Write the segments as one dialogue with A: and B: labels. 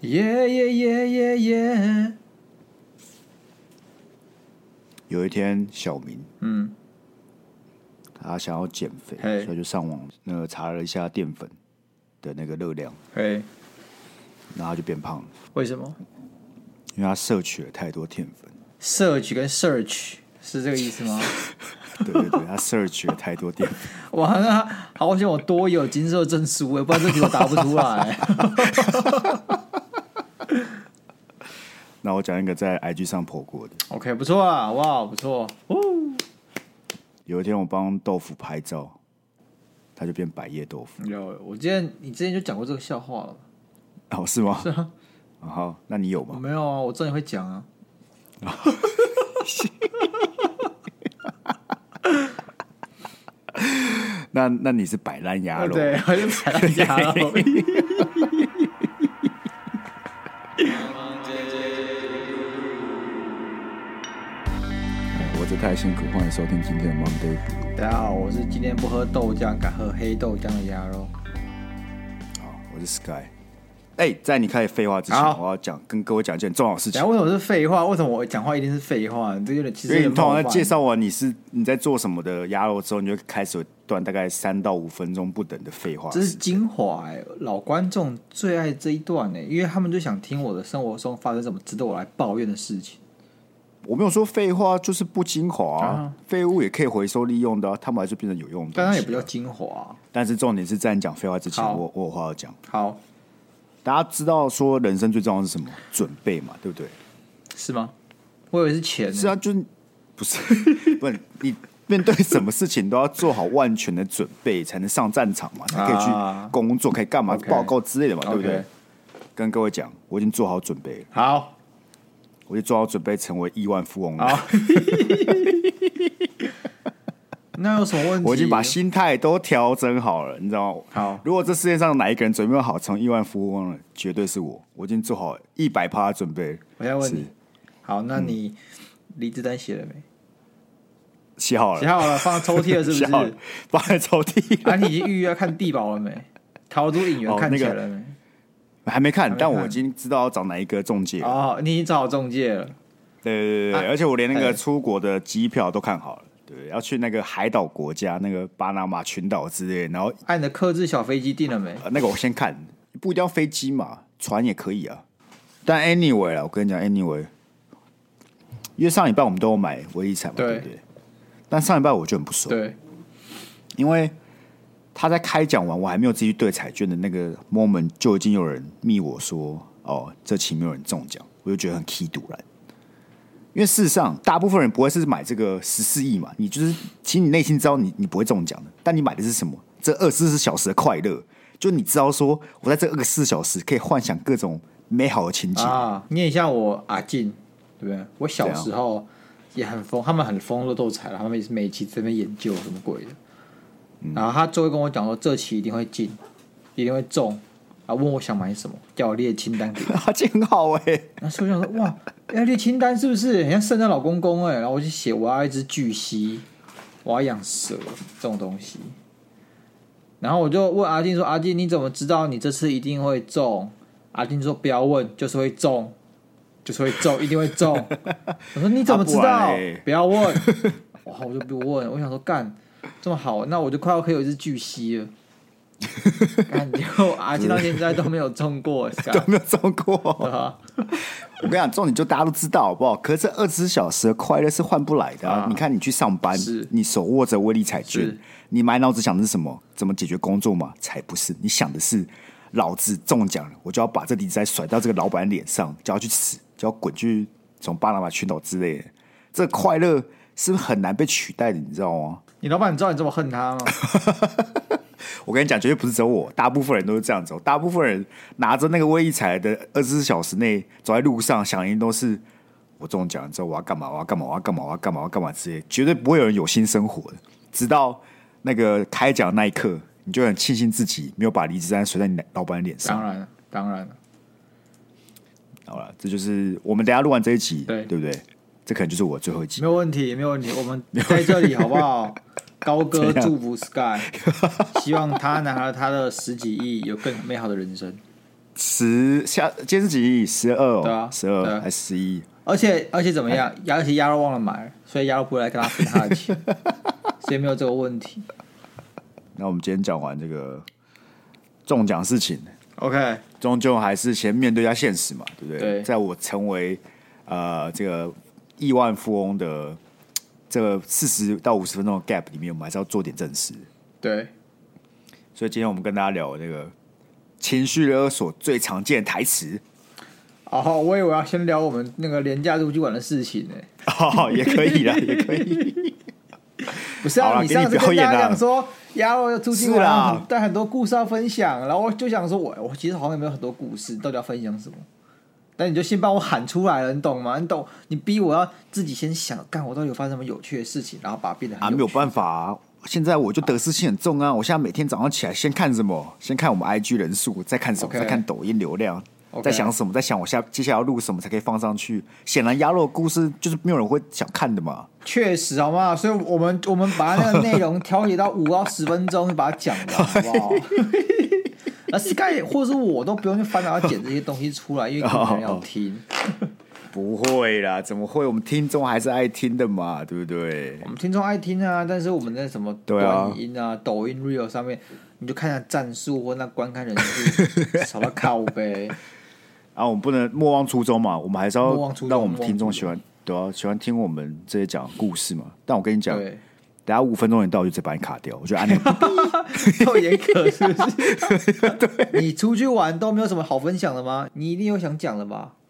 A: 耶耶耶耶耶，
B: 有一天，小明
A: 嗯，
B: 他想要减肥，所
A: 嘿
B: 以他就上网那个查了一下淀粉的那个热量，
A: 嘿，
B: 然后他就变胖了，
A: 为什么
B: 因为他摄取了太多淀粉。
A: search 跟 search 是这个意思吗？
B: 对对对，他摄取了太多淀粉。
A: 哇，那好险我多有金色证书哎，不然这题我答不出来。
B: 那我讲一个在 IG 上破过的。
A: OK，不错啊，哇，不错，
B: 有一天我帮豆腐拍照，他就变百叶豆腐。
A: 有，我之前你之前就讲过这个笑话了吧，
B: 哦，是吗？是啊。好，那你有
A: 我
B: 吗？
A: 没有啊，我知道你会讲啊。
B: 那那你是摆烂鸭
A: 哦
B: 肉。
A: 对，我就踩到牙了。
B: 哎我这太辛苦，欢迎收听今天的 Monday Blue。
A: 大家好，我是今天不喝豆浆，改喝黑豆浆的鸭肉。
B: 好，我是 Sky。哎、在你开始废话之前，
A: 好
B: 我要讲跟各位讲一件很重要的事情
A: 然。后为什么是废话？为什么我讲话一定是废话？这有点其
B: 因
A: 实有
B: 为你
A: 点
B: 通常在
A: 冒犯
B: 介绍完你是你在做什么的鸭肉之后，你就开始有一段大概三到五分钟不等的废话。
A: 这是精华哎、老观众最爱这一段哎、因为他们就想听我的生活中发生什么值得我来抱怨的事情。
B: 我没有说废话，就是不精华、啊
A: 啊，
B: 废、物也可以回收利用的啊、他们还是变成有用的东西啊。
A: 刚刚也不叫精华、
B: 但是重点是在你讲废话之前，
A: 好
B: 我我有话要讲。
A: 好
B: 大家知道说人生最重要的是什么？准备嘛，对不对？
A: 是吗？我以为是钱、欸，
B: 是啊，就是不是不是 你面对什么事情都要做好万全的准备，才能上战场嘛，才可以
A: 啊
B: 去工作，可以干嘛
A: OK
B: 报告之类的啊嘛，对不对
A: OK？
B: 跟各位讲，我已经做好准备了，
A: 好
B: 我就做好准备成为亿万富翁了。
A: 好。那有什么问题？
B: 我已经把心态都调整好了，你知道吗？
A: 好
B: 如果这世界上哪一个人准备好成亿万富翁了，绝对是我。我已经做好一百趴的准备了，
A: 我要问
B: 是
A: 你，好，
B: 嗯
A: 那你离职单写了没？
B: 写好了，
A: 写好了，放抽屉了是不
B: 写好了
A: 是？
B: 放在抽屉，
A: 啊，你已经预约看地堡了没？逃出影
B: 哦
A: 院看起来
B: 那个
A: 了没？
B: 还没看，
A: 没看
B: 但我已经知道要找哪一个中介了。
A: 哦，你已经找好中介了。
B: 对对对对，而且我连那个
A: 哎
B: 出国的机票都看好了。对，要去那个海岛国家，那个巴拿马群岛之类的，然后、
A: 按、你的克制小飞机订了没？
B: 呃那个我先看，不一定要飞机嘛，船也可以啊。但 anyway 啊啦，我跟你讲，anyway，因为上礼拜我们都有买微遗产嘛，
A: 对
B: 对不对？但上礼拜我就很不爽，
A: 对，
B: 因为他在开讲完，我还没有自己去对彩券的那个 moment，就已经有人密我说：“哦，这期没有人中奖。”我就觉得很 key 堵然，因为事实上大部分人不会是买这个十四亿嘛，你就是其实你内心知道你你不会中奖的，但你买的是什么？这二十四小时的快乐，就你知道说我在这二十四小时可以幻想各种美好的情景。
A: 啊， 你也像我阿进，对不对？啊我小时候也很疯，他们很疯乐透彩了，他们也是每期这边研究什么鬼的。然后他就会跟我讲说，这期一定会进，一定会中，啊，问我想买什么，叫我列清单给我。
B: 啊，这很好哎、
A: 然后所以我想说，哇，要列清单是不是很像圣诞老公公哎、然后我就写我要一只巨蜥，我要养蛇这种东西。然后我就问阿进说：“阿进，你怎么知道你这次一定会中？”阿进说：“不要问，就是会中，就是会中，一定会中。”我说：“你怎么知道？
B: 啊不然嘞
A: 不要问。”哇，我就不问，我想说干这么好，那我就快要可以有一只巨蜥了。感觉阿进到现在都没有中过，
B: 都
A: 干
B: 没有中过。
A: 对吧？
B: 我跟你讲，重点就大家都知道好不好？可是这二十四小时的快乐是换不来的啊！
A: 啊
B: 你看，你去上班
A: 是，
B: 你手握着威力彩券
A: 是，
B: 你满脑子想的是什么？怎么解决工作嘛？才不是，你想的是老子中奖了，我就要把这礼再甩到这个老板脸上，就要去死，就要滚去从巴拿马群岛之类的。这快乐是很难被取代的，你知道吗？
A: 你老板知道你这么恨他吗？
B: 我跟你讲，绝对不是只有我，大部分人都是这样子、哦。大部分人拿着那个威力彩的二十四小时内走在路上，想的都是我中奖了之后我要干嘛，我要干嘛，我要干嘛，我要干嘛，我要干嘛之类的，绝对不会有人有心生活的。直到那个开奖那一刻，你就很庆幸自己没有把离职单甩在你老板脸上
A: 当。然了，当然了，
B: 好了，这就是我们等一下录完这一集，
A: 对
B: 对不对？这可能就是我最后一集
A: 没。有问题，没有问题。我们在这里好不 好？高歌祝福 Sky，希望他拿了他的十几亿，有更美好的人生。
B: 十下，今天是几？十二
A: 对
B: 哦
A: 啊，
B: 十
A: 对
B: 二
A: 啊
B: 还是十一？
A: 而且而且怎么样？而且鸭肉忘了买，所以鸭肉不会来跟他分他的钱， 所以没有这个问题。
B: 那我们今天讲完这个中奖事情，
A: OK，
B: 终究还是先面对一下现实嘛，对不对？
A: 对
B: 在我成为呃这个亿万富翁的这四十到五十分钟的 gap 里面，我们还是要做点正事。
A: 对，
B: 所以今天我们跟大家聊这个情绪勒索最常见的台词，
A: 哦，我以为要先聊我们那个廉价出去玩的事情呢、
B: 哦，也可以啦，也可以。
A: 不是
B: 好啦
A: 啊，你
B: 给你
A: 上次
B: 表
A: 跟
B: 演
A: 大
B: 啦
A: 家讲说鸭肉要出去
B: 是
A: 玩
B: 啦
A: 很，但很多故事要分享，然后我就想说我，我其实好像也没有很多故事，到底要分享什么？但你就先帮我喊出来了，你懂吗？你懂？你逼我要自己先想，干我到底有发生什么有趣的事情，然后把它变得
B: 啊，
A: 很
B: 没
A: 有
B: 有
A: 趣。
B: 办法、啊，现在我就得失心很重啊！我现在每天早上起来，先看什么？先看我们 IG 人数，再看什么
A: OK
B: 再看抖音流量
A: OK
B: 在想什么，在想我下接下来要录什么才可以放上去。显然，鸭肉故事就是没有人会想看的嘛。
A: 确实，好吗？所以我们我们把那个内容调节到五到十分钟，就把它讲完，好不 好？那 Sky 或者是我都不用去烦恼要剪这些东西出来，因为没有人要听。
B: 不会啦，怎么会？我们听众还是爱听的嘛，对不对？
A: 我们听众爱听啊，但是我们在什么
B: 对啊
A: 短音啊、抖音、real 上面，你就看一下战术或那观看人 数少到靠呗。
B: 啊，我们不能莫忘初衷嘛，我们还是要
A: 莫忘初衷
B: 让我们听众喜欢，对啊，喜欢听我们这些讲故事嘛。但我跟你讲，
A: 对，
B: 等下五分钟你到，我就直接把你卡掉，我就按那个
A: 够严格是不是？你出去玩都没有什么好分享的吗？你一定有想讲的吧？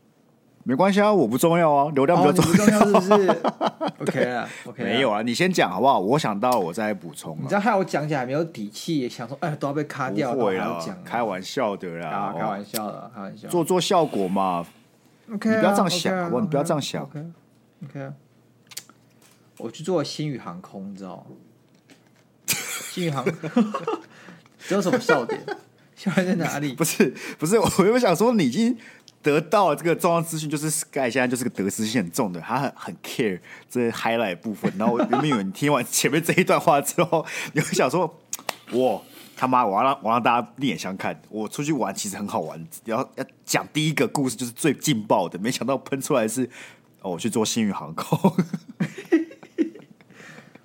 B: 没关系啊，我不重要啊，流量比
A: 哦，
B: 较
A: 你
B: 重
A: 不重要是不 是？OK 啊，OK 啊
B: 没有。啊，你先讲好不好？我想到我再补充
A: 你
B: 啊
A: 知。道害我讲起来没有底气，想说哎都要被卡掉，
B: 不会
A: 然后还
B: 啦
A: 要讲，
B: 开玩笑的啦
A: 啊，，开
B: 哦
A: 玩笑的，开玩笑。
B: 做做效果嘛。
A: OK，啊
B: 你不要这样想
A: OK 啊
B: 好不好你不要这样想
A: OK 啊 OK 啊，我去做星宇航空，你知道吗？星宇航， 这有什么笑点？笑点在哪里？
B: 不是不是，我 又想说你已经得到了这个重要资讯，就是 Sky 现在就是个得失心很重的，他很很 care 这 highlight 部分。然后我原本以为你听完前面这一段话之后，你会想说，哇。他妈！我要让我要让大家另眼相看。我出去玩其实很好玩，然后要讲第一个故事就是最劲爆的，没想到喷出来是哦，我去做星宇航空。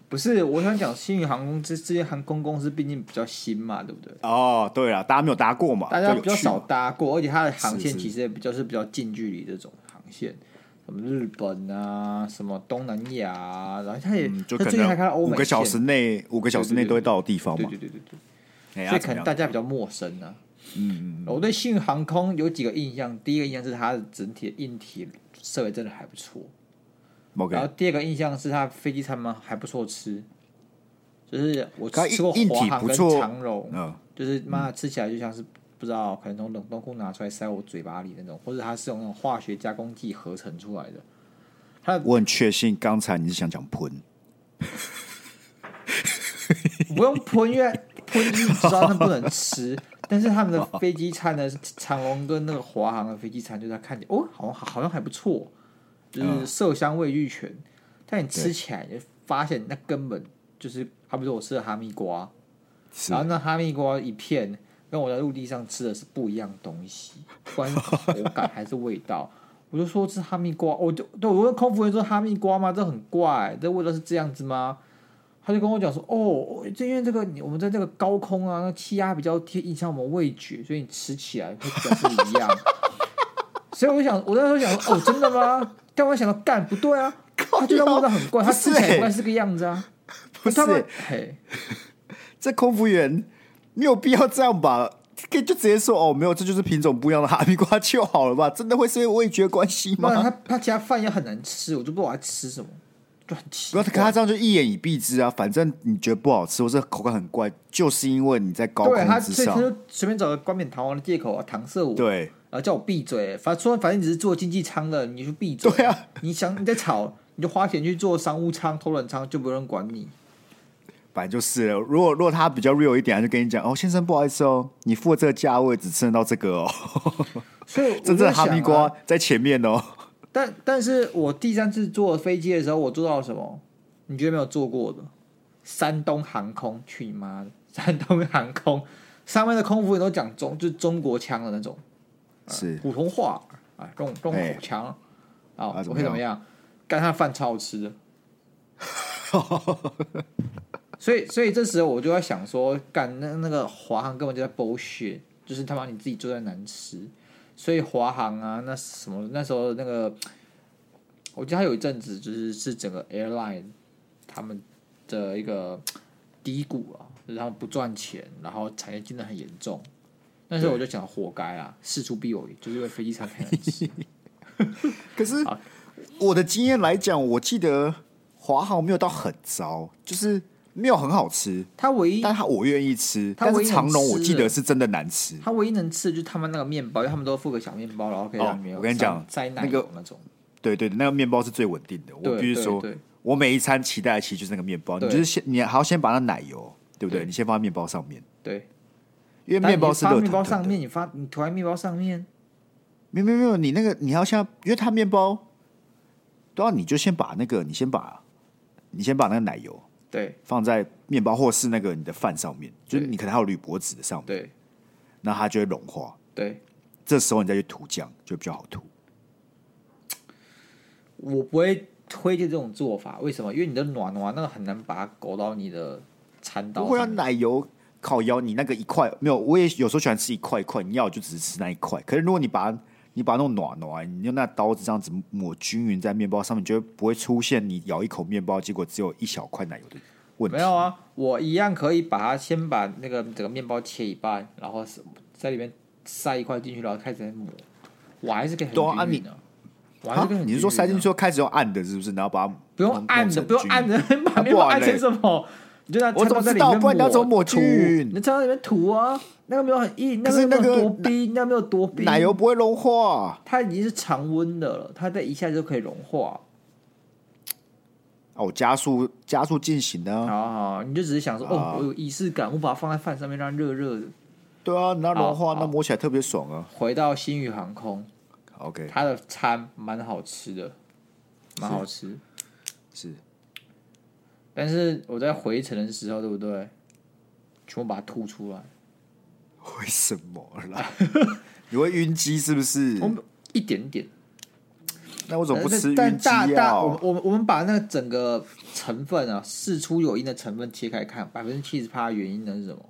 A: 不是，我想讲星宇航空这这些航空公司毕竟比较新嘛，对不对？
B: 哦，对了，大家没有搭过嘛，
A: 大家
B: 啊有
A: 比较
B: 趣嘛
A: 少搭过，而且它的航
B: 是
A: 线
B: 是
A: 其实也比较是比较近距离这种航线，什么日本啊，什么东南亚、啊，然后它也、
B: 嗯，就
A: 它
B: 可
A: 最近还开了
B: 能
A: 欧美
B: 五个小时
A: 线，
B: 内，五个小时内都会到的地方
A: 对
B: 嘛
A: 对。对对对。
B: 哎呀
A: 所以可
B: 怎么
A: 能
B: 样
A: 大家比较陌生啊。嗯嗯，我对信宇航空有几个印象，第一个印象是它的整体的硬体设备真的还不错，然后
B: OK，
A: 第二个印象是它飞机餐嘛还不错吃，就是我
B: 它硬
A: 吃过
B: 硬体
A: 华航
B: 不
A: 跟
B: 错
A: 长荣，
B: 嗯，
A: 就是妈的吃起来就像是不知道可能从冷冻库拿出来塞我嘴巴里那种，或者它是用那种化学加工剂合成出来的。
B: 我很确信刚才你是想讲喷，
A: 不用喷，因为喷就是知道那不能吃。但是他们的飞机餐呢，长龙跟那个华航的飞机餐，就是它看起来哦，好像好像还不错，就是色香味俱全。但你吃起来，你就发现那根本就是，好比说我吃了哈密瓜，
B: 是
A: 然后那哈密瓜一片跟我在陆地上吃的是不一样的东西，不管是口感还是味道。我就说吃哈密瓜， 我就对我问空服员说哈密瓜吗？这很怪，这味道是这样子吗？他就跟我讲说，哦，这因为这个你我们在这个高空啊，那气压比较贴影响我们味觉，所以你吃起来会比较不一样。 所以我就想，我那时候想说，哦，真的吗？但我想到干不对 啊，他就让味道很怪，他
B: 不是
A: 吃起来
B: 欸
A: 不该是个样子啊。
B: 不
A: 他们
B: 是
A: 嘿，
B: 这空服员没有必要这样吧？可以就直接说哦，没有，这就是品种不一样的哈密瓜就好了吧？真的会是因为味觉关系
A: 不然
B: 吗？
A: 他他其他饭也很难吃，我就不知道我在吃什么，就很奇
B: 不
A: 怪。
B: 要，可他这样就一言以蔽之啊！反正你觉得不好吃，或者口感很怪，就是因为你在高
A: 对他，
B: 空之
A: 所以他
B: 上。
A: 就随便找个冠冕堂皇的借口啊，搪塞我，然
B: 对，
A: 后叫我闭嘴。反正说反正你只是坐经济舱的，你就闭嘴。
B: 对啊，
A: 你想你在吵，你就花钱去坐商务舱、头等舱，就没有人管你。
B: 反正就是了。如果如果他比较 real 一点，他就跟你讲哦，先生不好意思哦，你付的这个价位只吃得到这个 哦。
A: 所以我
B: 真
A: 就
B: 正
A: 在
B: 哈
A: 想
B: 密
A: 啊
B: 瓜在前面哦。
A: 但但是我第三次坐飞机的时候，我坐到了什么？你觉得没有坐过的？山东航空，去 你妈的！山东航空上面的空服员都讲中，就是中国腔的那种，
B: 是
A: 普通话啊，用用
B: 哎
A: 口腔啊，
B: 啊怎
A: 我
B: 么
A: 可以怎
B: 样
A: 么样？干他饭超好吃的，所以所以这时候我就在想说，干那那个华航根本就在 bullshit，就是他妈你自己做在难吃，所以华航啊，那什么那时候那个，我记得他有一阵子就是是整个 airline 他们的一个低谷啊，就是他们不赚钱，然后产业竞争很严重。那时候我就想，活该啊，事出必有因，就是因为飞机餐太 难吃。
B: 可是我的经验来讲，我记得华航没有到很糟，就是没有很好吃，
A: 他唯一
B: 但它我愿意吃。
A: 它
B: 但
A: 唯
B: 是
A: 一
B: 长
A: 能
B: 隆我
A: 吃
B: 记
A: 的
B: 得是真的难吃。
A: 他唯一能吃的就是他们那个面包，因为他们都附个小面包，然后可以
B: 哦
A: 让你们有
B: 我跟你讲
A: 塞塞奶
B: 那个
A: 油那种。
B: 对对，那个面包是最稳定的。我
A: 对
B: 必须说
A: 对对，
B: 我每一餐期待的其实就是那个面包。你
A: 对
B: 就是先，你还要先把那奶油，对不对？
A: 对
B: 你先放在面包上面，
A: 对，
B: 因为面包是
A: 但
B: 热
A: 你发面包
B: 腾
A: 上
B: 腾的。
A: 面，你发你涂在面包上面，
B: 没有没有没有，你那个你要先，因为它面包，对啊，你就先把那个，你先把，你先把那个奶油
A: 对
B: 放在面包或是那个你的饭上面，就是
A: 对
B: 你可能还有铝箔纸的上面，
A: 对
B: 那它就会融化。
A: 对，
B: 这时候你再去涂酱就比较好涂。
A: 我不会推荐这种做法，为什么？因为你的暖暖那个很难把它勾到你的餐
B: 不
A: 刀
B: 会啊，
A: 上面。
B: 奶油烤腰，你那个一块没有，我也有时候喜欢吃一块一块，你要就只是吃那一块。可是如果你把它你把它弄软软，啊你用那刀子这样子抹均匀在面包上面，就不会出现你咬一口面包，结果只有一小块奶油的问题
A: 没。有啊，我一样可以把它先把那个整个面包切一半，然后是在里面塞一块进去，然后开始抹，我还是可以很
B: 对啊啊
A: 均匀的。我还
B: 啊
A: 是可以很
B: 你是
A: 均
B: 说
A: 匀
B: 塞
A: 的
B: 进去之后开始用按的，是不是？然后把它
A: 不用
B: 弄
A: 按的，不用按，的，
B: 啊
A: 把面包按成什么？你就在
B: 我怎么知道不然你要怎么抹均匀
A: 你在那里面涂啊，那个没有很硬，那
B: 可是
A: 个没有
B: 那个
A: 多冰，那个没有多
B: 弄成均
A: 冰。
B: 匀奶油不会啊融化
A: 它已经是常温的了，它在一下就可以融化。
B: 哦。我加速加速进行的啊、
A: 好好，你就只是想说，哦，我有仪式感，我把它放在饭上面，让它热热的。
B: 对啊，你要融化
A: 好，
B: 那摸起来特别爽啊。
A: 回到星宇航空，
B: OK，
A: 它的餐蛮好吃的，蛮好吃。
B: 是
A: 但是我在回程的时候，对不对？全部把它吐出来，
B: 为什么啦？ 你会晕机是不是？
A: 我一点点。
B: 那为什么不
A: 但
B: 吃
A: 是
B: 晕
A: 呃
B: 啊
A: 但
B: 鸡
A: 大大，我们
B: 药？
A: 我们我们把那整个成分啊，事出有因的成分切开看，百分之七十趴原因呢是什么？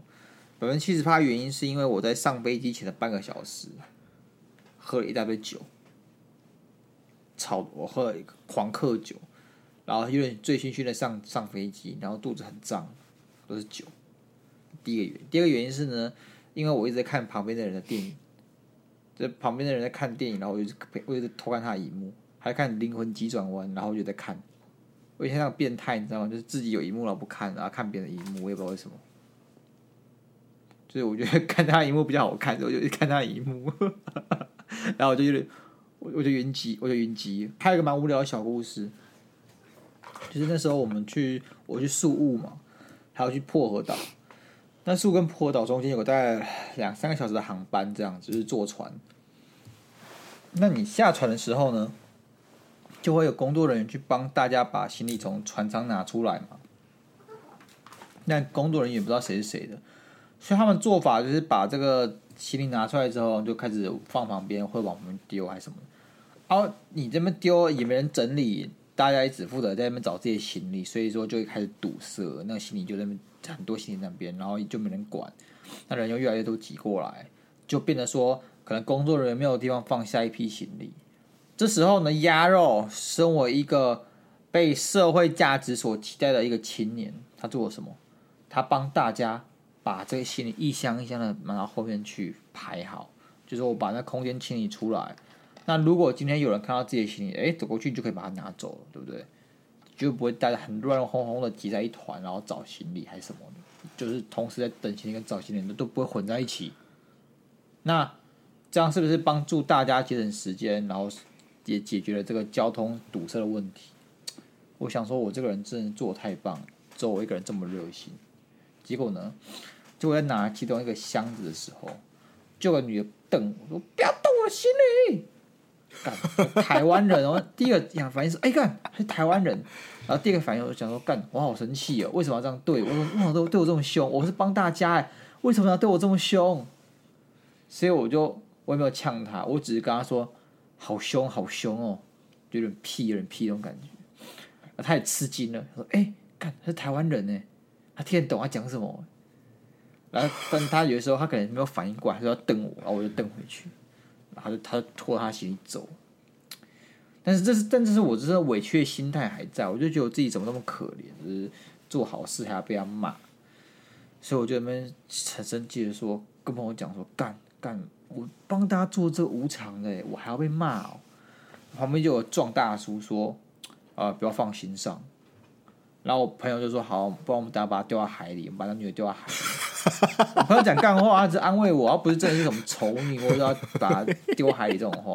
A: 百分之七十趴原因是因为我在上飞机前的半个小时喝了一大杯酒，超我喝了一个狂喝酒，然后有点醉醺醺的上上飞机，然后肚子很胀，都是酒。第一个原因，第二个原因是呢，因为我一直在看旁边的人的电影，就旁边的人在看电影，然后我就陪我就在偷看他的荧幕，还看《灵魂急转弯》，然后我就在看。我以前那种变态，你知道吗？就是自己有荧幕然后不看，然后看别人的荧幕，我也不知道为什么。就是我觉得看他的荧幕比较好看，所以我就一直看他的荧幕，然后我就有点，我我就云集，我就云集。还有一个蛮无聊的小故事，就是那时候我们去，我去宿务嘛，还要去薄荷岛。那宿跟薄荷岛中间有个大概两三个小时的航班，这样就是坐船。那你下船的时候呢，就会有工作人员去帮大家把行李从船舱拿出来嘛。那工作人员也不知道谁是谁的，所以他们做法就是把这个行李拿出来之后，就开始放旁边，会往旁边丢还是什么的。然后你这边丢也没人整理，大家也只负责在那边找自己的行李，所以说就会开始堵塞，那个行李就在那边很多行李在那边，然后就没人管，那人又越来越多挤过来，就变得说可能工作人员没有地方放下一批行李。这时候呢，鸭肉身为一个被社会价值所期待的一个青年，他做了什么？他帮大家把这个行李一箱一箱的拿到后面去排好，就是我把那空间清理出来。那如果今天有人看到自己的行李，哎，走过去就可以把它拿走了，对不对？就不会大家很乱哄哄的挤在一团，然后找行李还是什么的，就是同时在等行李跟找行李都都不会混在一起。那这样是不是帮助大家节省时间，然后也解决了这个交通堵塞的问题？我想说，我这个人真的做得太棒了，只有我一个人这么热心。结果呢，就我在拿其中一个箱子的时候，就有个女的瞪我说：“不要动我的行李！”干，我台湾人哦，第一个想反应是：“哎、干，是台湾人。”然后第二个反应我就想说：“干，我好生气哦，为什么要这样对我？我为什么都对我这么凶？我是帮大家哎，为什么要对我这么凶？”所以我就我也没有呛他，我只是跟他说好凶好凶哦，就有点屁有点屁那种感觉。啊、他也吃惊了，他说：“哎、干，他是台湾人呢，他听得懂他讲什么。”然后，但他有的时候他可能没有反应过来，他就要瞪我，然后我就瞪回去，然后他就他就拖他行李走。但是这是，但这是我真的委屈的心态还在，我就觉得我自己怎么那么可怜，就是做好事还要被他骂，所以我就在那边很生气的说，跟朋友讲说，干干，我帮大家做这无偿的，欸我还要被骂哦。旁边就有壮大叔说，啊、不要放心上。然后我朋友就说：“好，不然我们等下把他丢到海里，我们把他女儿丢到海里。”我朋友讲干话，他只是安慰我，他不是真的是什么仇女或者要把他丢海里这种话。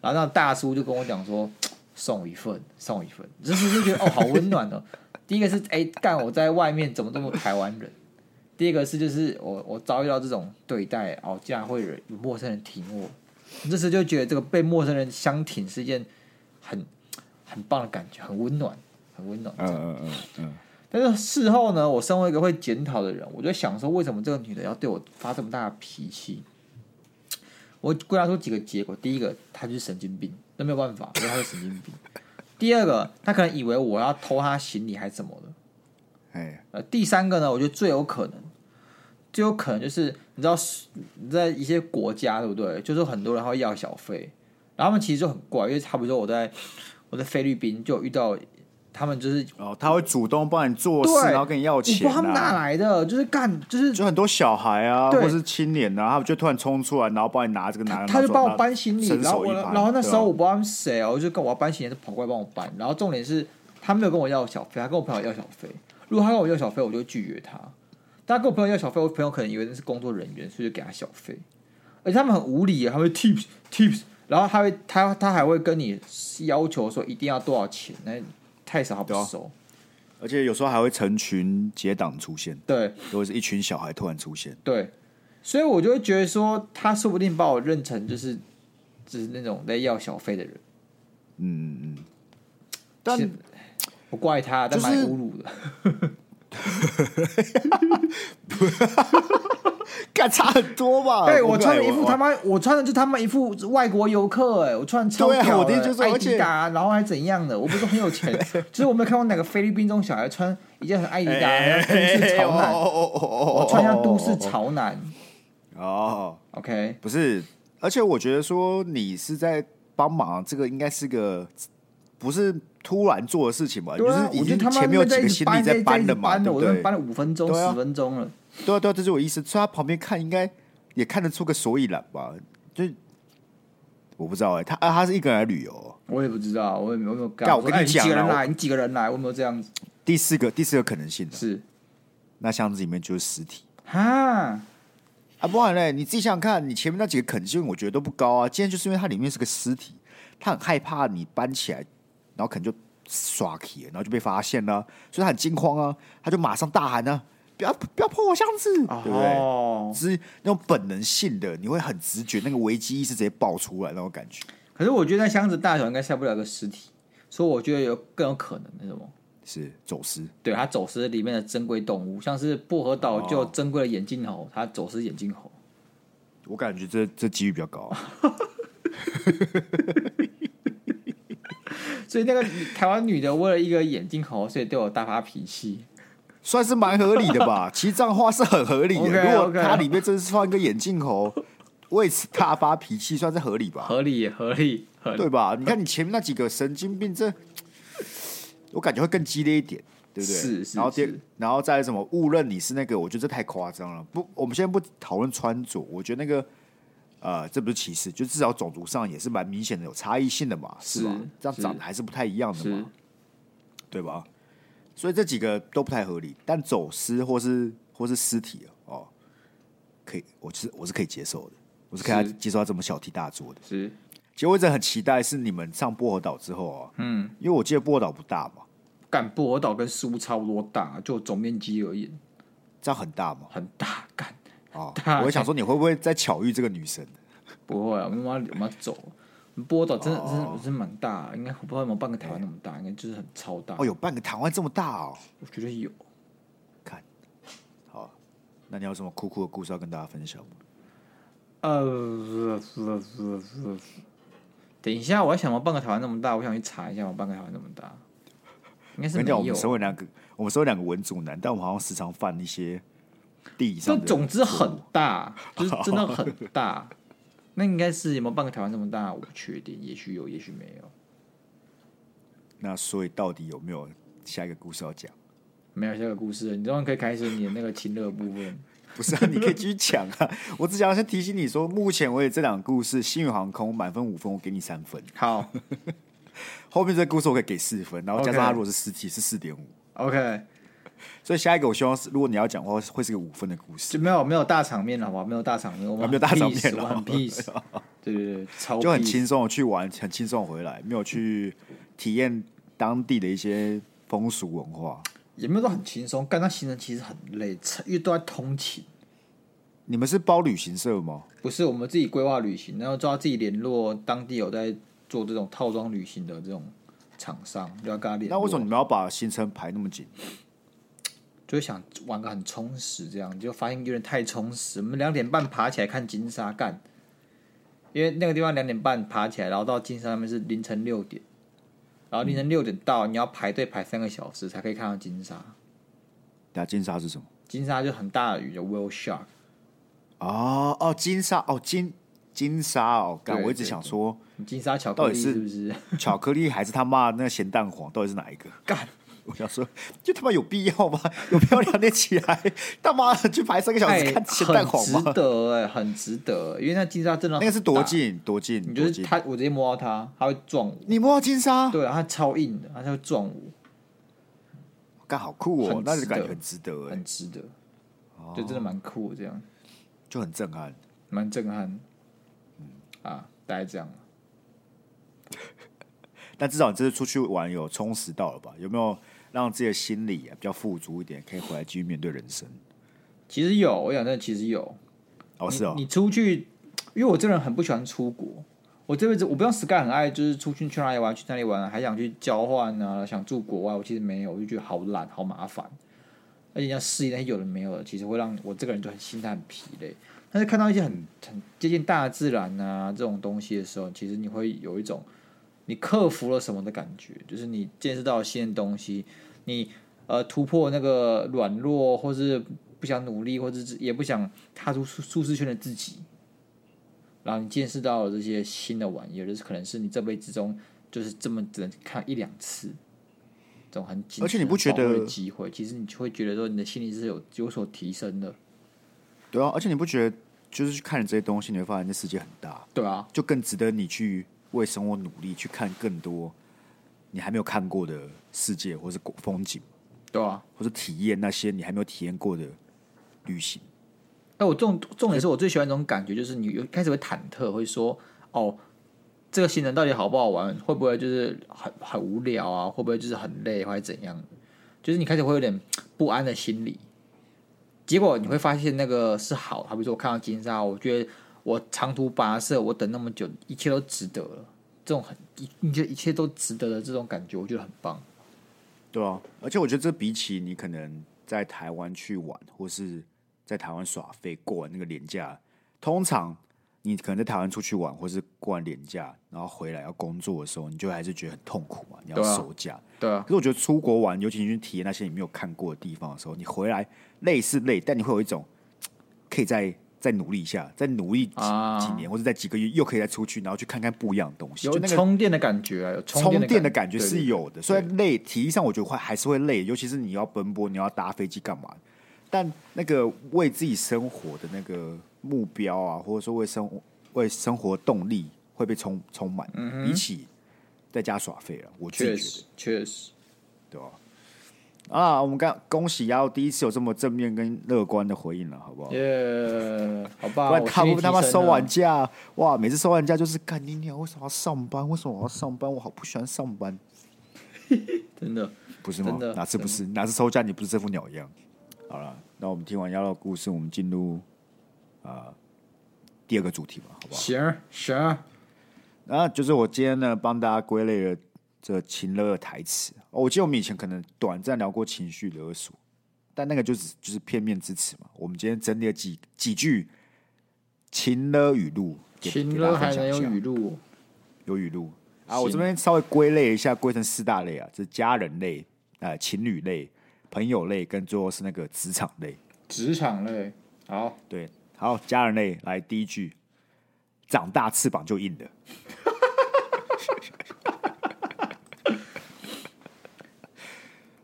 A: 然后那大叔就跟我讲说：“送我一份，送我一份。”就是就觉得哦，好温暖哦。第一个是哎干我在外面怎么这么台湾人？第二个是就是我我遭遇到这种对待哦，竟然会有有陌生人挺我，这时就觉得这个被陌生人相挺是一件很很棒的感觉，很温暖，很温暖。
B: 嗯嗯嗯嗯，
A: 但是事后呢，我身为一个会检讨的人，我就想说，为什么这个女的要对我发这么大的脾气？我归纳出几个结果：第一个，她就是神经病，那没有办法，因为她是神经病；第二个，她可能以为我要偷她行李还是怎么的；
B: 哎，
A: 呃，第三个呢，我觉得最有可能，最有可能就是你知道你在一些国家对不对？就是很多人他会要小费，然后他们其实就很怪，因为差不多我在我在菲律宾就有遇到他们就是
B: 哦，他会主动帮你做事，
A: 对，
B: 然后跟你要
A: 我不知
B: 钱
A: 道他们哪
B: 啊。
A: 来的，就是干，就是
B: 就很多小孩啊，
A: 对
B: 或是青年啊，他们就突然冲出来，然后帮你拿这个拿，
A: 他就
B: 帮
A: 帮我搬行李，
B: 伸
A: 然后
B: 手
A: 我，
B: 一拍
A: 然后那时候我
B: 对啊
A: 不知道他们谁哦，我就跟我要搬行李，他跑过来帮我搬。然后重点是他没有跟我要小费，他跟我朋友要小费。如果他跟我要小费，我就拒绝他。但他跟我朋友要小费，我朋友可能以为那是工作人员，所以就给他小费。而且他们很无理耶，啊他会 tips tips，然后他会他他还会跟你要求说一定要多少钱，那太少他不
B: 对啊
A: 收。
B: 而且有时候还会成群结党出现，
A: 对，
B: 或者是一群小孩突然出现，
A: 对，所以我就会觉得说，他说不定把我认成就是就是那种在要小费的人，
B: 嗯嗯嗯，但
A: 其实我怪他，但
B: 就是
A: 蛮侮辱的。
B: 干差很多吧？
A: 对哎我穿的一
B: 呃我
A: 副他妈，我穿的就他妈一副外国游客哎、我穿的超
B: 对啊
A: 屌
B: 我的意
A: 的
B: 思就是
A: 爱
B: 而
A: 迪
B: 且
A: 达，然后还怎样的？我不是很有 钱，就是我没有看过哪个菲律宾中小孩穿一件很爱迪达，
B: 哎
A: 然后都市潮
B: 哦
A: 男，
B: 哦哦哦哦
A: 我穿像都市潮男。
B: 哦，
A: OK，
B: 不是，而且我觉得说你是在帮忙，这个应该是个不是突然做的事情吧？
A: 对啊，
B: 就是
A: 我
B: 已
A: 觉得
B: 经
A: 他妈
B: 前面有
A: 在
B: 几
A: 一
B: 个
A: 直
B: 行
A: 搬
B: 李
A: 在
B: 在
A: 在一直
B: 的嘛，
A: 搬
B: 对
A: 的，
B: 不
A: 我都
B: 对？
A: 搬了五分钟、
B: 对啊
A: 十分钟了。
B: 对啊，对啊，这是我意思。所以他旁边看应该也看得出个所以然吧？就我不知道哎、他啊，他是一个人来旅游哦。
A: 我也不知道，我也没有没有干。
B: 干
A: 我
B: 我
A: 说
B: 跟
A: 哎
B: 你讲
A: 几个
B: 啊
A: 人
B: 我
A: 来？你几个人来？我有没有这样子？
B: 第四个，第四个可能性呢？
A: 是
B: 那箱子里面就是尸体
A: 哈，
B: 啊，不然嘞，你自己想想看，你前面那几个可能性我觉得都不高啊。今天就是因为它里面是个尸体，他很害怕你搬起来，然后可能就刷起，然后就被发现了，所以他很惊慌啊，他就马上大喊啊，不要不要破我箱子，对不对？
A: 哦，
B: 是那种本能性的，你会很直觉，那个危机意识直接爆出来那种感觉。
A: 可是我觉得那箱子大小应该下不了个尸体，所以我觉得有更有可能是什么？
B: 是走私，
A: 对，它走私里面的珍贵动物，像是薄荷岛就有珍贵的眼镜猴，它走私眼镜猴。
B: 我感觉这这几率比较高、 啊。
A: 所以那个台湾女的为了一个眼镜猴，所以对我大发脾气。
B: 算是蛮合理的 吧。其实这样的话是很合理的。
A: OK，OK
B: 如果它里面真是放一个眼镜猴，为此大发脾气，算是合理吧？
A: 合理，合理， 合理。
B: 对吧？你看你前面那几个神经病，这我感觉会更激烈一点，对不对？
A: 是是
B: 然后第
A: 是
B: 然后再来什么误认你是那个，我觉得这太夸张了。不，我们现在不讨论穿着，我觉得那个。呃，这不是歧视，就至少种族上也是蛮明显的有差异性的嘛，是吧
A: 是？
B: 这样
A: 是
B: 长得还是不太一样的嘛
A: 是。
B: 对吧？所以这几个都不太合理，但走私或是或是尸体哦，可以，我是我是可以接受的，我是可以
A: 是
B: 接受他这么小题大做的。
A: 是，
B: 其实我一直很期待是你们上薄荷岛之后啊，
A: 嗯，
B: 因为我记得薄荷岛不大嘛，
A: 干薄荷岛跟苏差不多大，就总面积而言
B: 这样很大嘛
A: 很大。干
B: 啊、
A: 大
B: 我也想说你会不会再巧遇这个女生？
A: 不会啊，我们要我们要走。波岛真的真的
B: 哦
A: 真的蛮大，应该我不知道有没有半个台湾那么大，应该就是很超大。
B: 哦，有半个台湾这么大哦，
A: 我觉得有。
B: 看好，那你有什么酷酷的故事要跟大家分享吗？
A: 呃，等一下，我还想我半个台湾那么大，我想去查一下我半个台湾那么大，应该
B: 我
A: 是
B: 跟
A: 没
B: 你讲，我
A: 有
B: 们。身为两个，我们身为两个文组男，但我们好像时常犯一些地理
A: 就
B: 上的。
A: 总之很大，就是真的很大。那应该是有没有半个台湾这么大？我不确定，也许有，也许没有。
B: 那所以到底有没有下一个故事要讲？
A: 没有下个故事了，你这样可以开始你的那个亲热的部分。
B: 不是啊，你可以继续讲 啊。我只想要先提醒你说，目前为止这两个故事，星宇航空满分五分，我给你三分；
A: 好
B: 后面这个故事我可以给四分，然后加上
A: OK
B: 它如果是实体是四点五，
A: ，OK，
B: 所以下一个我希望是，如果你要讲的话，会是个五分的故事，
A: 就没有没有大场面了，好不好？没有大场面，我们
B: 啊没有大场面
A: peace，
B: 了哦
A: 我们 很 peace，对对对，超
B: 就很
A: peace
B: 轻松的去玩，很轻松地回来，没有去体验当地的一些风俗文化。
A: 也没有说很轻松，干那行程其实很累，因为都在通勤。
B: 你们是包旅行社吗？
A: 不是我们自己规划旅行，然后抓自己联络当地有在做这种套装旅行的这种厂商，就要跟他联络。
B: 那为什么你们要把行程排那么紧？
A: 就会想玩个很充实，这样就发现有点太充实。我们两点半爬起来看金沙干，因为那个地方两点半爬起来，然后到金沙那边是凌晨六点，然后凌晨六点到，你要排队排三个小时才可以看到金沙。
B: 打金沙是什么？
A: 金沙就很大的鱼，叫 whale shark。
B: 哦哦，金沙哦金金沙哦，干
A: 对
B: 我一直
A: 对
B: 想说
A: 金沙巧克力
B: 到底是
A: 是不是？
B: 巧克力还是他妈的那个咸蛋黄，到底是哪一个？
A: 干，
B: 我想说，就他妈有必要吗？ 有必要两点起来，他妈的去排三个小
A: 哎
B: 时看咸蛋黄
A: 很值
B: 吗？
A: 得哎、很值得、因为那金沙真的
B: 那个是
A: 很
B: 多
A: 大？
B: 近多近？
A: 你
B: 多
A: 就是
B: 近？
A: 它，我直接摸到它，它会撞我。
B: 你摸到金沙，
A: 对啊，它超硬的，它就会撞我，
B: 干好酷哦
A: 很，
B: 那就
A: 值
B: 感觉
A: 得
B: 很值得哎，
A: 很值得，就真的蛮酷的这样。
B: 就很震撼。
A: 蛮震撼。啊，大概这样。
B: 但至少你这次出去玩有充实到了吧？有没有让自己的心理啊比较富足一点，可以回来继续面对人生？
A: 其实有，我讲真的，其实有。
B: 哦，是哦，
A: 你出去，因为我这个人很不喜欢出国。我这辈子我不用 Sky 很爱，就是出去去哪里玩去哪里玩，还想去交换啊，想住国外。我其实没有，我就觉得好懒，好麻烦，而且要适应那些有的没有的，其实会让我这个人就很心态很疲累。但是看到一些很很接近大自然啊这种东西的时候，其实你会有一种你克服了什么的感觉，就是你见识到了新的东西，你呃突破那个软弱，或是不想努力，或者是也不想踏出舒舒适圈的自己，然后你见识到了这些新的玩意儿，就是可能是你这辈子中就是这么只能看一两次，这种很紧，
B: 而且你不觉得
A: 很宝贵的机会，其实你就会觉得说你的心理是有有所提升的，
B: 对啊，而且你不觉得就是去看了这些东西，你会发现这世界很大，
A: 对啊，
B: 就更值得你去为生活努力，去看更多你还没有看过的世界，或是风景，
A: 对啊。
B: 或是体验那些你还没有体验过的旅行。
A: 哎，我重重点是我最喜欢这种感觉，就是你有开始会忐忑，会说哦，这个行程到底好不好玩？会不会就是很很无聊啊？会不会就是很累，或者怎样？就是你开始会有点不安的心理。结果你会发现那个是好，好比说我看到金沙，我觉得我长途跋涉，我等那么久，一切都值得了。这种很一，你觉得一切都值得的这种感觉，我觉得很棒。
B: 对啊，而且我觉得这比起你可能在台湾去玩，或是在台湾耍废过完那个年假，通常你可能在台湾出去玩，或是过完年假，然后回来要工作的时候，你就还是觉得很痛苦嘛，你要
A: 对啊
B: 收假。
A: 对啊，
B: 可是我觉得出国玩，尤其你去体验那些你没有看过的地方的时候，你回来累是累，但你会有一种嘖可以再再努力一下，再努力几、
A: 啊
B: 几年，或者在几个月又可以再出去，然后去看看不一样的东西。
A: 有
B: 就那个
A: 充电的感觉啊，有
B: 充电
A: 电
B: 的
A: 的
B: 感觉是
A: 有。
B: 有的，虽然累，体力上我觉得会还是会累，尤其是你要奔波，你要搭飞机干嘛？但那个为自己生活的那个目标啊，或者说为生活为生活动力会被充充满，比起在家耍废了，我自
A: 对
B: 己
A: 对确
B: 觉
A: 实，确
B: 得
A: 实。
B: 对吧、啊？我们刚恭喜姚第一次有这么正面跟乐观的回应了，好不好？
A: 耶，好
B: 不
A: 吧，
B: 然
A: 我
B: 他
A: 心
B: 们
A: 理
B: 他妈
A: 提升
B: 收
A: 了
B: 完假，哇，每次收完假就是干你娘，为什么要上班？为什么我要上班？我好不喜欢上班。
A: 真的
B: 不是吗
A: 真？的
B: 哪次不是？哪次抽奖你不是这副鸟样？好了，那我们听完妖的故事，我们进入啊、第二个主题吧，好不好？
A: 行行，
B: 那就是我今天呢帮大家归类了这情勒的台词、哦。我记得我们以前可能短暂聊过情绪勒索，但那个就只就是片面之词嘛。我们今天整理了几几句情了语录，给
A: 情
B: 给大
A: 了
B: 家分
A: 还
B: 享
A: 能
B: 一
A: 有
B: 下
A: 语录哦、
B: 有语录啊。我
A: 行
B: 这边稍微归类一下，归成四大类啊，这是家人类、呃情侣类、朋友类，跟最后是那个职场类。
A: 职场类。好，
B: 对，好，家人类来第一句，长大翅膀就硬了。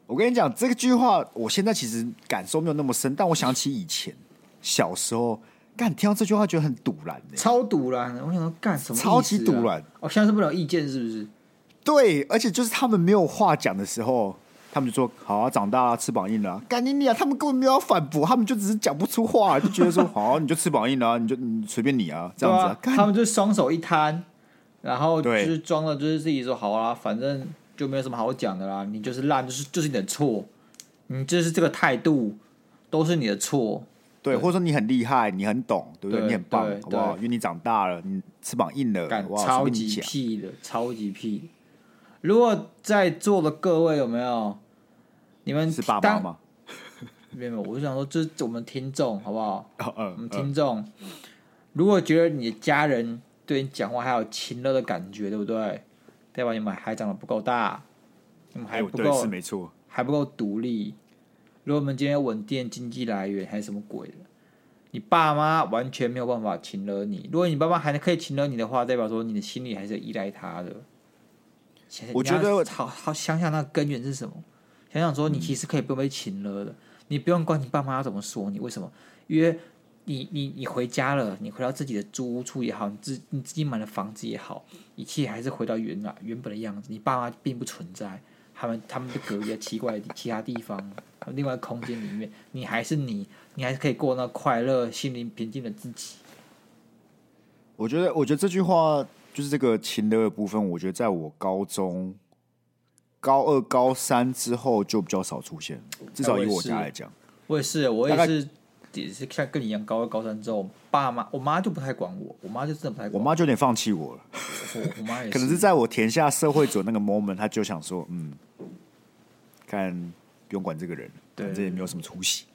B: 我跟你讲，这句话我现在其实感受没有那么深，但我想起以前小时候，干听到这句话觉得很堵然的、
A: 超堵然，我想说干什么、
B: 超级
A: 堵
B: 堵然。
A: 哦，现在是不能有意见是不是？
B: 对，而且就是他们没有话讲的时候，他们就说：“好啊，长大了，翅膀硬了啊、干你娘！他们根本没有要反驳，他们就只是讲不出话，就觉得说：“好啊、你就翅膀硬了啊、你就你随便你啊，这样子、
A: 对
B: 干
A: 啊，他们就双手一摊，然后就
B: 对
A: 是装的，就是自己说好啦，反正就没有什么好讲的啦，你就是烂，就是就是你的错，你就是这个态度都是你的错，
B: 对，或者说你很厉害，你很懂，对不对？
A: 对
B: 你很棒
A: 对，
B: 好不好？
A: 对
B: 因为你长大了，你翅膀硬了，
A: 干
B: 好不好？
A: 超
B: 随便你
A: 级
B: 讲，
A: 屁的，超级屁的。如果在座的各位有没有你们
B: 是爸妈
A: 当
B: 吗？
A: 没有，没有，我是想说，这是我们听众好不好？
B: 哦
A: 我们
B: 嗯嗯，
A: 听众，如果觉得你的家人对你讲话还有亲热的感觉，对不对？代表你们还长得不够大，你们还
B: 哎，我
A: 不
B: 对，
A: 够、
B: 是没错，
A: 还不够独立。如果我们今天有稳定的经济来源还是什么鬼的，你爸妈完全没有办法亲热你。如果你爸妈还可以亲热你的话，代表说你的心里还是有依赖他的。想
B: 我觉得嗯
A: 你要好好想想那个根源是什么，想想说你其实可以不用被亲热的，你不用管你爸妈怎么说你，为什么？因为你你你回家了，你回到自己的租屋处也好，你自你自己买的房子也好，一切还是回到原来原本的样子。你爸妈并不存在，他们他们被隔离在奇怪的地其他地方，他们另外空间里面，你还是你，你还是可以过那快乐、心灵平静的自己。
B: 我觉得，我觉得这句话就是这个情的部分，我觉得在我高中高二、高三之后就比较少出现，至少以我家来讲，
A: 我也是，我也
B: 大概
A: 是，也是像跟你一样，高二、高三之后，爸妈我妈就不太管我，我妈就真的不太
B: 我
A: 管我，
B: 妈就有点放弃我了。
A: 我我妈也
B: 可能是在我填下社会组那个 moment，她就想说，嗯，看不用管这个人，
A: 对
B: 反正也没有什么出息。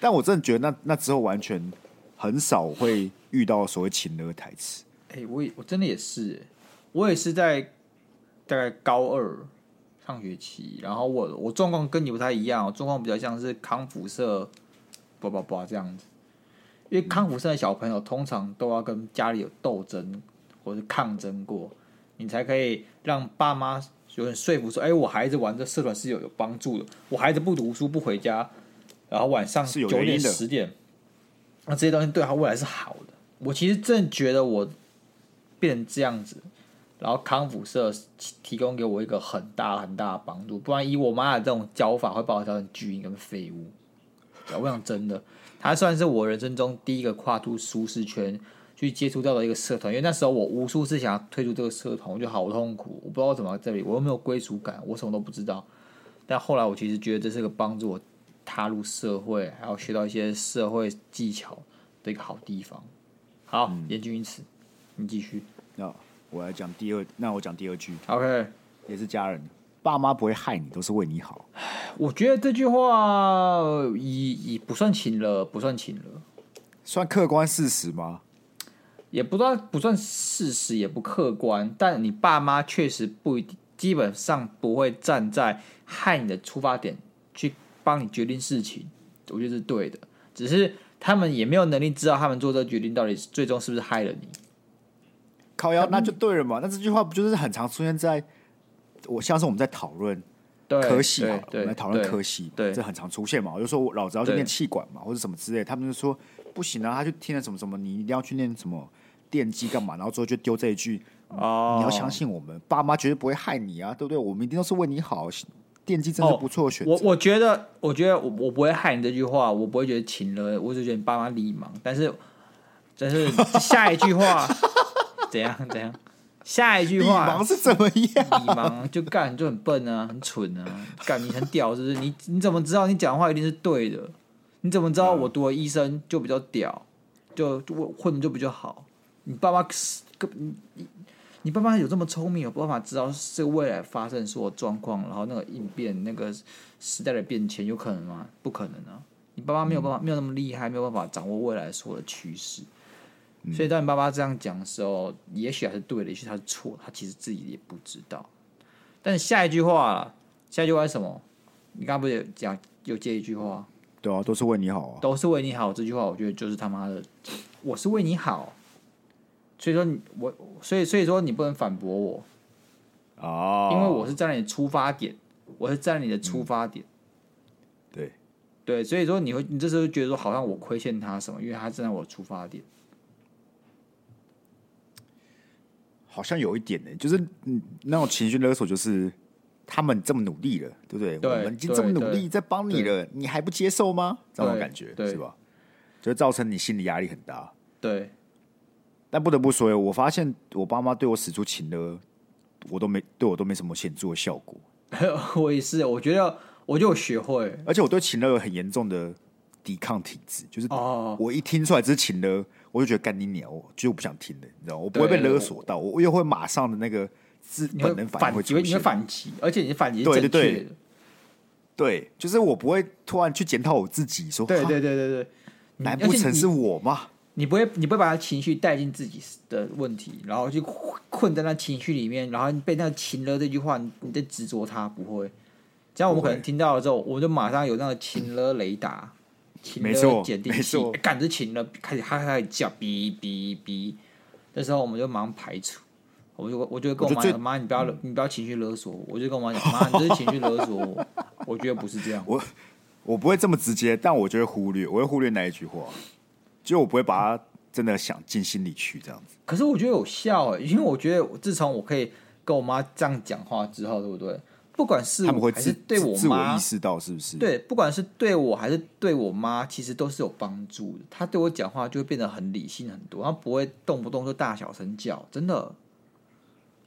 B: 但我真的觉得那那之后完全很少会遇到所谓情的台词，
A: 哎、我也我真的也是欸、我也是在大概高二上学期，然后我我状况跟你不太一样哦，状况比较像是康复社，叭叭叭这样子。因为康复社的小朋友通常都要跟家里有斗争或是抗争过，你才可以让爸妈有点说服说，哎、我孩子玩这社团是有有帮助的，我孩子不读书不回家，然后晚上
B: 是有
A: 九
B: 原因
A: 点
B: 的
A: 十点，那这些东西对他未来是好的。我其实真的觉得我变成这样子，然后康复社提提供给我一个很大很大的帮助，不然以我妈的这种教法，会把我教成巨婴跟废物。对我想真的，它算是我人生中第一个跨出舒适圈去接触到的一个社团，因为那时候我无数次想要退出这个社团，我觉得好痛苦，我不知道怎么在这里，我又没有归属感，我什么都不知道。但后来我其实觉得这是个帮助我踏入社会，还有学到一些社会技巧的一个好地方。好，言尽于此，你继续。
B: 那我来讲第二，那我讲第二句
A: OK，
B: 也是家人，爸妈不会害你，都是为你好。
A: 我觉得这句话以以不算情了，不算情了。
B: 算客观事实吗？
A: 也不知道不算事实，也不客观，但你爸妈确实不一定，基本上不会站在害你的出发点去帮你决定事情，我觉得是对的。只是他们也没有能力知道他们做这个决定到底是最终是不是害了你。
B: 靠腰那就对了嘛。那这句话不就是很常出现在我像是我们在讨论
A: 对，
B: 科系好了，我
A: 对，
B: 们来讨论科
A: 系。
B: 系，
A: 对
B: 这很常出现嘛。我就说我老子要去
A: 对
B: 念气管嘛，或者什么之类的，他们就说不行啊，他就听了什么什么，你一定要去念什么电机干嘛，然后最后就丢这一句，
A: 哦，
B: 你要相信我们，爸妈绝对不会害你啊，对不对？我们一定都是为你好，电机真是
A: 哦
B: 不错的选择。
A: 我我觉得，我觉得我我不会害你这句话，我不会觉得请了，我只觉得你爸妈礼盲。但是，但是下一句话 怎样怎样？下一句
B: 你
A: 话
B: 忙是怎么样？
A: 你嘛，就干就很笨啊，很蠢啊， 干你很屌是不是？你你怎么知道你讲话一定是对的？你怎么知道我读了医生就比较屌，就就我混的就比较好？你爸妈根你你你爸妈有这么聪明，有办法知道这个未来发生所有状况，然后那个应变那个时代的变迁，有可能吗？不可能啊！你爸妈没有办法，没有那么厉害，没有办法掌握未来所有的趋势。所以当你爸爸这样讲的时候，也许还是对的，也许他是错的，他其实自己也不知道。但是下一句话啦，下一句话是什么？你刚刚不是有讲有接一句话，
B: 对啊，都是为你好啊。
A: 都是为你好。这句话我觉得就是他妈的，我是为你好。所以说你我，所以所以说你不能反驳我，
B: 哦，
A: 因为我是站在你的出发点，我是站在你的出发点。
B: 对
A: 对，所以说你会，你这时候就觉得说，好像我亏欠他什么，因为他站在我的出发点。
B: 好像有一点呢、就是嗯，那种情绪勒索，就是他们这么努力了，对不对？
A: 对
B: 我们已经这么努
A: 对
B: 力
A: 对
B: 在帮你了，你还不接受吗？这种
A: 对
B: 感觉
A: 对
B: 是吧？就会造成你心理压力很大。
A: 对，
B: 但不得不说，我发现我爸妈对我使出情勒，我都没对我都没什么显著的效果，
A: 我也是，我觉得，我就有学会
B: 而且我对情勒有很严重的抵抗体质，就是
A: 哦，
B: 我一听出来这是情勒，我就觉得干你鸟，我就不想听了，你知道吗？我不会被
A: 对
B: 勒索到，我我又会马上的那个自
A: 你
B: 本能反应
A: 反
B: 会
A: 击，
B: 出
A: 你会
B: 现。
A: 反击，而且你的反击是
B: 对
A: 正
B: 对
A: 确
B: 对
A: 的。
B: 对，就是我不会突然去检讨我自己，说
A: 对
B: 哈
A: 对对对对，你
B: 难
A: 而
B: 不
A: 且
B: 成
A: 你
B: 是我吗？
A: 你不会，你不会把他情绪带进自己的问题，然后就困困在那情绪里面，然后你被那个情勒这句话，你你在执着他，不会。这样我们
B: 不会
A: 可能听到了之后，我们就马上有那个情勒雷达，情
B: 没错
A: 勒鉴定
B: 没
A: 器
B: 错，
A: 诶干这情勒，开始他开始叫哔哔哔，这时候我们就马上排除。我就我就会跟我
B: 我
A: 妈
B: 就最
A: 讲，妈，你不要勒你不要情绪勒索我。我就跟我妈讲，妈，你这是情绪勒索我。我觉得不是这样，
B: 我不会这么直接，但我就会忽略，我会忽略那一句话，就我不会把它真的想进心里去这样子。
A: 可是我觉得有效哎、因为我觉得我自从我可以跟我妈这样讲话之后，对不对？不管是
B: 他们
A: 我
B: 会
A: 还是
B: 自
A: 对
B: 自
A: 我
B: 自我
A: 妈
B: 意，识到是不是？，
A: 对，不管是对我还是对我妈，其实都是有帮助的。她对我讲话就会变得很理性很多，她不会动不动就大小声叫，真的。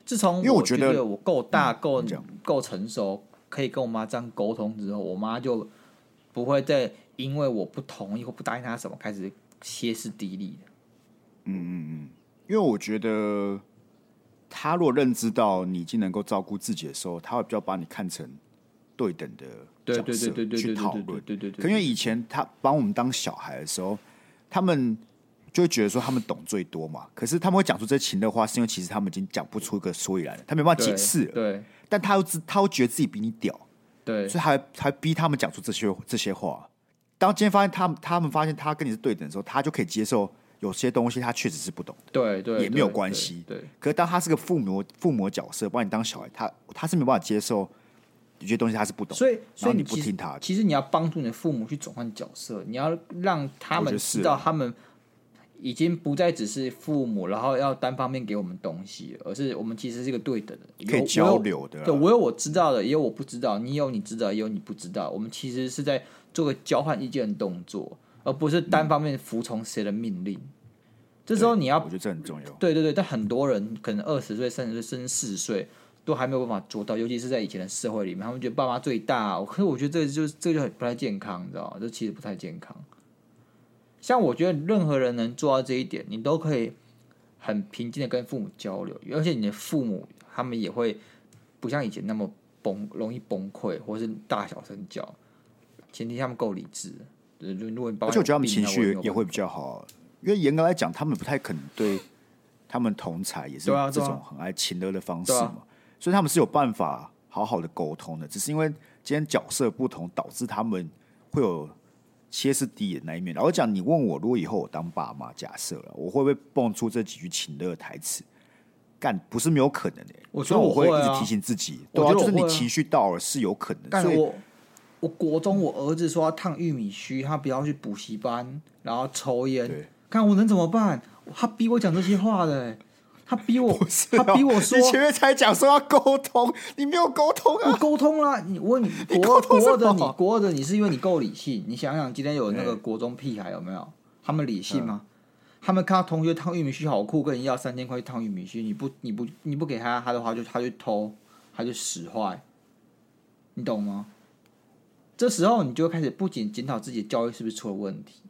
A: 自从
B: 因为我觉
A: 觉
B: 得
A: 得我够大、够
B: 你讲
A: 够成熟，可以跟我妈这样沟通之后，我妈就不会再因为我不同意或不答应她什么开始歇斯底里的。
B: 因为我觉得他如果认知到你已经能够照顾自己的时候，他会比较把你看成对等的
A: 对
B: 角
A: 对
B: 色
A: 对对对
B: 去
A: 对对
B: 讨
A: 对
B: 论。
A: 对对对
B: 可
A: 对
B: 因。为以前他帮我们当小孩的时候，他们就会觉得说他们懂最多嘛。可是他们会讲出这情的话，是因为其实他们已经讲不出个所以然了，他没办法解释了。
A: 对
B: 但他又自他又觉得自己比你屌，
A: 对
B: 所以他还他还逼他们讲出这些这些话。当今天发现他们他们发现他跟你是对等的时候，他就可以接受有些东西他确实是不懂的。
A: 对对，
B: 也没有
A: 对
B: 关系
A: 对，对
B: 可是当他是个父母父母的角色，把你当小孩，他他是没办法接受有些东西他是不懂的，
A: 所以所
B: 然后
A: 以
B: 你不
A: 其实
B: 听他的
A: 其实你要帮助你的父母去转换角色，你要让他
B: 我觉
A: 们
B: 得是
A: 知道他们已经不再只是父母，然后要单方面给我们东西了，而是我们其实是一个对等的，有
B: 可以
A: 我有
B: 交流的啦啊
A: 对我有我知道的，也有我不知道，你有你知道，也有你不知道。我们其实是在做个交换意见的动作，而不是单方面服从谁的命令。这时候你要
B: 我觉得这很重要。
A: 对对对，但很多人可能二十岁、三十岁，甚至四十岁都还没有办法做到，尤其是在以前的社会里面，他们觉得爸妈最大。可是我觉得这个就是这个就很不太健康，你知道吗？这其实不太健康。像我觉得任何人能做到这一点，你都可以很平静的跟父母交流，而且你的父母他们也会不像以前那么崩，容易崩溃或是大小声叫，前提他们够理智。对如如果你爸
B: 而
A: 妈
B: 且我觉得他们
A: 有病
B: 情
A: 那我也没
B: 绪
A: 有
B: 也会
A: 办
B: 比较好，因为严格来讲，他们不太可能对他们同才也是
A: 对啊
B: 这
A: 对啊
B: 种很爱亲热的方式
A: 对
B: 嘛
A: 啊，
B: 所以他们是有办法好好的沟通的，只是因为今天角色不同，导致他们会有歇斯底里的那一面。然后讲，你问我，如果以后我当爸妈，假设了，我会不会蹦出这几句亲热的台词？干不是没有可能的、
A: 我觉
B: 虽
A: 得
B: 然
A: 我
B: 我会
A: 会
B: 一
A: 啊
B: 直提醒自己，
A: 我
B: 对
A: 觉
B: 啊，
A: 得我
B: 就是你
A: 会啊
B: 情绪到了是有可能的，
A: 但
B: 所以
A: 我我国中我儿子说要烫玉米须，他不要去补习班，然后抽烟
B: 对，
A: 看我能怎么办？他逼我讲这些话的、欸他逼我，
B: 是
A: 他
B: 啊
A: 逼我说
B: 你前面才讲说要沟通，你没有沟通
A: 我
B: 啊。
A: 沟通啦。你我问 你国二
B: 沟通
A: 国二
B: 什
A: 的
B: 么
A: 你，国二的你是因为你够理性。你想想，今天有那个国中屁孩有没有？他们理
B: 嗯
A: 性吗？他们看到同学烫玉米须好酷，跟人要三千块去烫玉米须，你不你不你不给他他的话就他就偷，他就使坏，你懂吗？这时候你就会开始不仅检讨自己的教育是不是出了问题，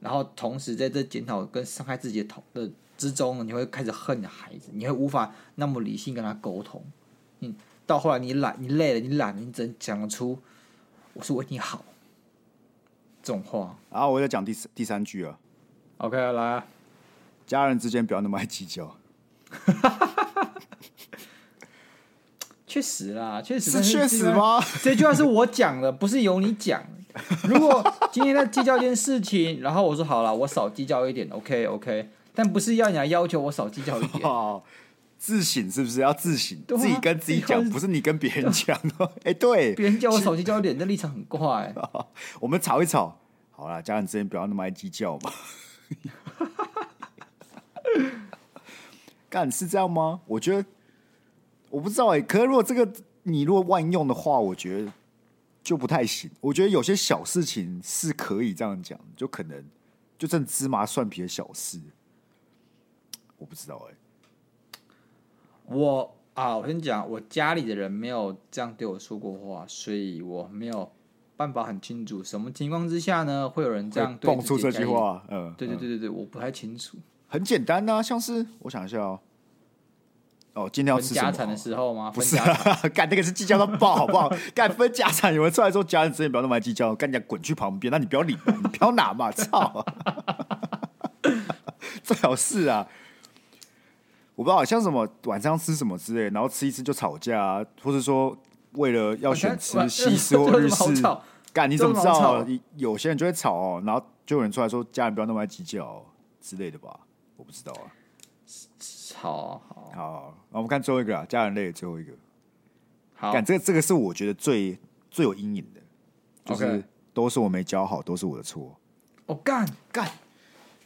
A: 然后同时在这检讨跟伤害自己的同的之中，你会开始恨你的孩子，你会无法那么理性跟他沟通。嗯，到后来你懒，你累了，你懒了，你只能讲得出“我是为你好”这种话。
B: 然后我再讲第三第三句啊，
A: OK，来啊，
B: 家人之间不要那么爱计较，
A: 确实啦，确实
B: 是确实？吗？
A: 这句话是我讲的，不是由你讲。如果今天在计较一件事情，然后我说好了，我少计较一点，OK OK，但不是要你来要求我少计较一 点。
B: 哦，自省是不是要自省？
A: 对啊
B: 自己跟自己
A: 自己
B: 讲，
A: 要
B: 不是你跟别人 讲哦。哎、对，
A: 别人叫我少计较一点，这立场很怪、
B: 我们吵一吵，好啦，家人之间不要那么爱计较嘛。 干是这样吗？我觉得我不知道哎、可是如果这个你如果万用的话，我觉得就不太行。我觉得有些小事情是可以这样讲，就可能就真的芝麻蒜皮的小事，我不知道哎、
A: 我啊，我先讲，我家里的人没有这样对我说过话，所以我没有办法很清楚什么情况之下呢，会有人这样对
B: 蹦
A: 自
B: 出
A: 己的
B: 这 句
A: 家里。
B: 话，嗯，
A: 对对
B: 嗯
A: 对对对，我不太清楚。
B: 很简单呐、像是我想一下哦，哦，今天要
A: 分
B: 吃什么
A: 家产
B: 好
A: 的
B: 了？
A: 时候吗？
B: 不
A: 分
B: 是
A: 家
B: 啊，干那个是计较到爆，好不 好？干分家产，有人出来说家人之间不要那么爱计较，干你俩滚去旁边，那你不要理嘛，你不要 拿嘛，操！ 最好是啊，我不知道像什么晚上吃什么之类，然后吃一次就吵架、啊，或者说为了啊要选吃
A: 晚上
B: 西式或
A: 这有
B: 日
A: 什
B: 式
A: 么好吵，
B: 干你怎么知
A: 这有什么好
B: 道
A: 吵？
B: 有些人就会吵哦，然后就有人出来说家人不要那么爱计较、哦、之类的吧，我不知道啊。
A: 好好
B: 好，那我们看最后一个啊，家人类的最后一个。
A: 好
B: 干，这个这个是我觉得最最有阴影的，就是
A: OK
B: 都是我没教好，都是我的错。
A: 我哦干
B: 干
A: 哎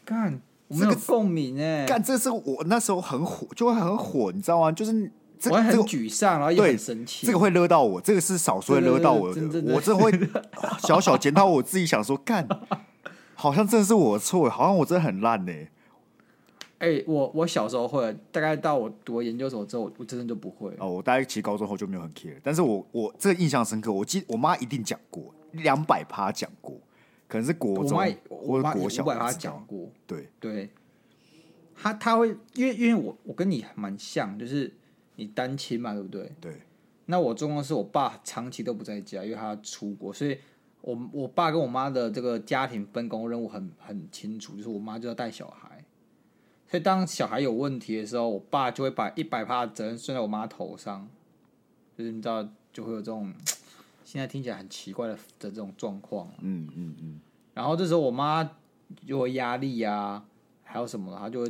A: 干，我
B: 这
A: 们
B: 个
A: 有共鸣哎，
B: 干，这是我那时候很火，就会很火，你知道吗？就是这
A: 我
B: 个
A: 会
B: 这
A: 很
B: 个
A: 沮丧，然后也
B: 对
A: 很生气。
B: 这个会勒到我，这个是少数会勒到我的
A: 对对对，对
B: 我这会 小小检讨我自己，想说干，好像真的是我的错，好像我真的很烂呢、
A: 哎、我我小时候会，大概到我读了研究所之后，我真的就不会。
B: 哦，我大概其实高中后就没有很 care，但是我我这个印象深刻，我记我妈一定讲过，两百趴讲过，可能是国
A: 我
B: 中
A: 妈
B: 或
A: 我
B: 者
A: 妈
B: 国
A: 我
B: 小，
A: 把她
B: 我知道
A: 讲过，
B: 对，
A: 对，她她会，因为因为我我跟你蛮像，就是你单亲嘛，对不对？
B: 对。
A: 那我状况是我爸长期都不在家，因为他出国，所以我我爸跟我妈的这个家庭分工任务很很清楚，就是我妈就要带小孩，所以当小孩有问题的时候，我爸就会把一百趴的责任算在我妈头上，就是你知道就会有这种现在听起来很奇怪的的这种状况。
B: 嗯嗯嗯，
A: 然后这时候我妈就会压力呀、啊，还有什么的，她就会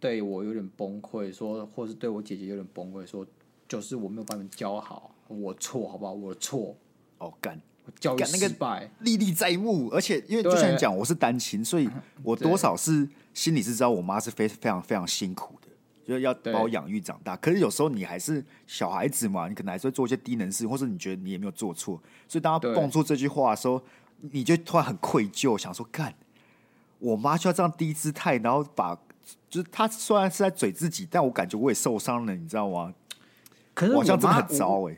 A: 对我有点崩溃，说，或是对我姐姐有点崩溃，说，就是我没有把你们教好，我错，好不好？我错，
B: 哦，干，
A: 我教育
B: 干那个
A: 失败，
B: 历历在目。而且因为就
A: 对
B: 像你讲，我是单亲，所以我多少是心里是知道我妈是非非常非常辛苦的，就是要
A: 对
B: 把我养育长大。可是有时候你还是小孩子嘛，你可能还是会做一些低能事，或者你觉得你也没有做错，所以当他
A: 对
B: 蹦出这句话的时候，你就突然很愧疚，想说干，我妈就要这样低姿态，然后把。就是她虽然是在嘴自己，但我感觉我也受伤了，你知道吗？
A: 可是
B: 我
A: 我
B: 好像真的
A: 妈
B: 很糟哎、
A: 我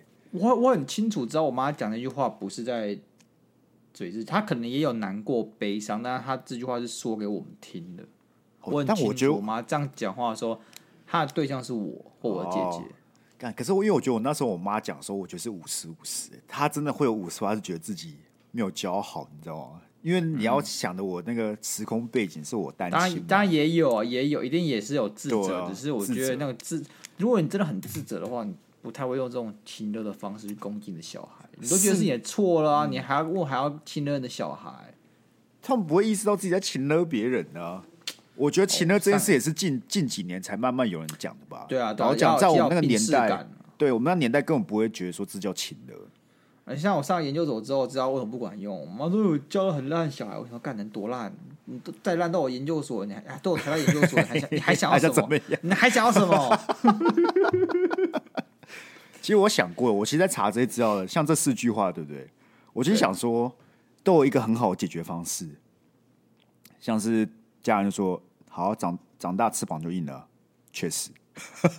A: 我我很清楚知道我妈讲那句话不是在嘴是她可能也有难过、悲伤，但是她这句话是说给我们听的。
B: 哦
A: 我很
B: 但
A: 清
B: 我觉得
A: 楚我妈这样讲话的时候，她的对象是我或我的姐姐。
B: 哦干，可是我因为我觉得我那时候我妈讲说，我觉得是五十五十，她真的会有五十，她是觉得自己没有教好，你知道吗？因为你要想的，我那个时空背景是我单
A: 嗯当
B: 亲
A: 然，
B: 嘛，
A: 当然也有，啊，也有，一定也是有自
B: 对
A: 责。
B: 啊
A: 只是我
B: 自
A: 觉
B: 责
A: 得那个自，如果你真的很自责的话，你不太会用这种亲热的方式去攻击你的小孩。你都觉得
B: 是
A: 是你的错了啊、
B: 嗯
A: 你还要问还要亲热你的小孩？
B: 他们不会意识到自己在情勒别人啊。我觉得情勒这件事也是近近几年才慢慢有人讲的吧？
A: 哦对啊，对
B: 嗯然
A: 啊
B: 后讲
A: 要
B: 在我们
A: 要
B: 那个
A: 病
B: 年
A: 视
B: 代
A: 感，
B: 对我们那年代根本不会觉得说这叫情勒。
A: 而哎像我上研究所之后，知道为什么不管用。我妈说我教的很烂的小孩，我想说干能多烂？你都再烂到我研究所，你还哎还都有台大研究所，你还想你还想要
B: 还想
A: 什
B: 怎么
A: 么
B: 样？
A: 你还想要什么？
B: 其实我想过，我其实在查这些资料的，像这四句话，对不对？我其实想说，都有一个很好的解决方式，像是家人就说：“好，长长大翅膀就硬了。”确实，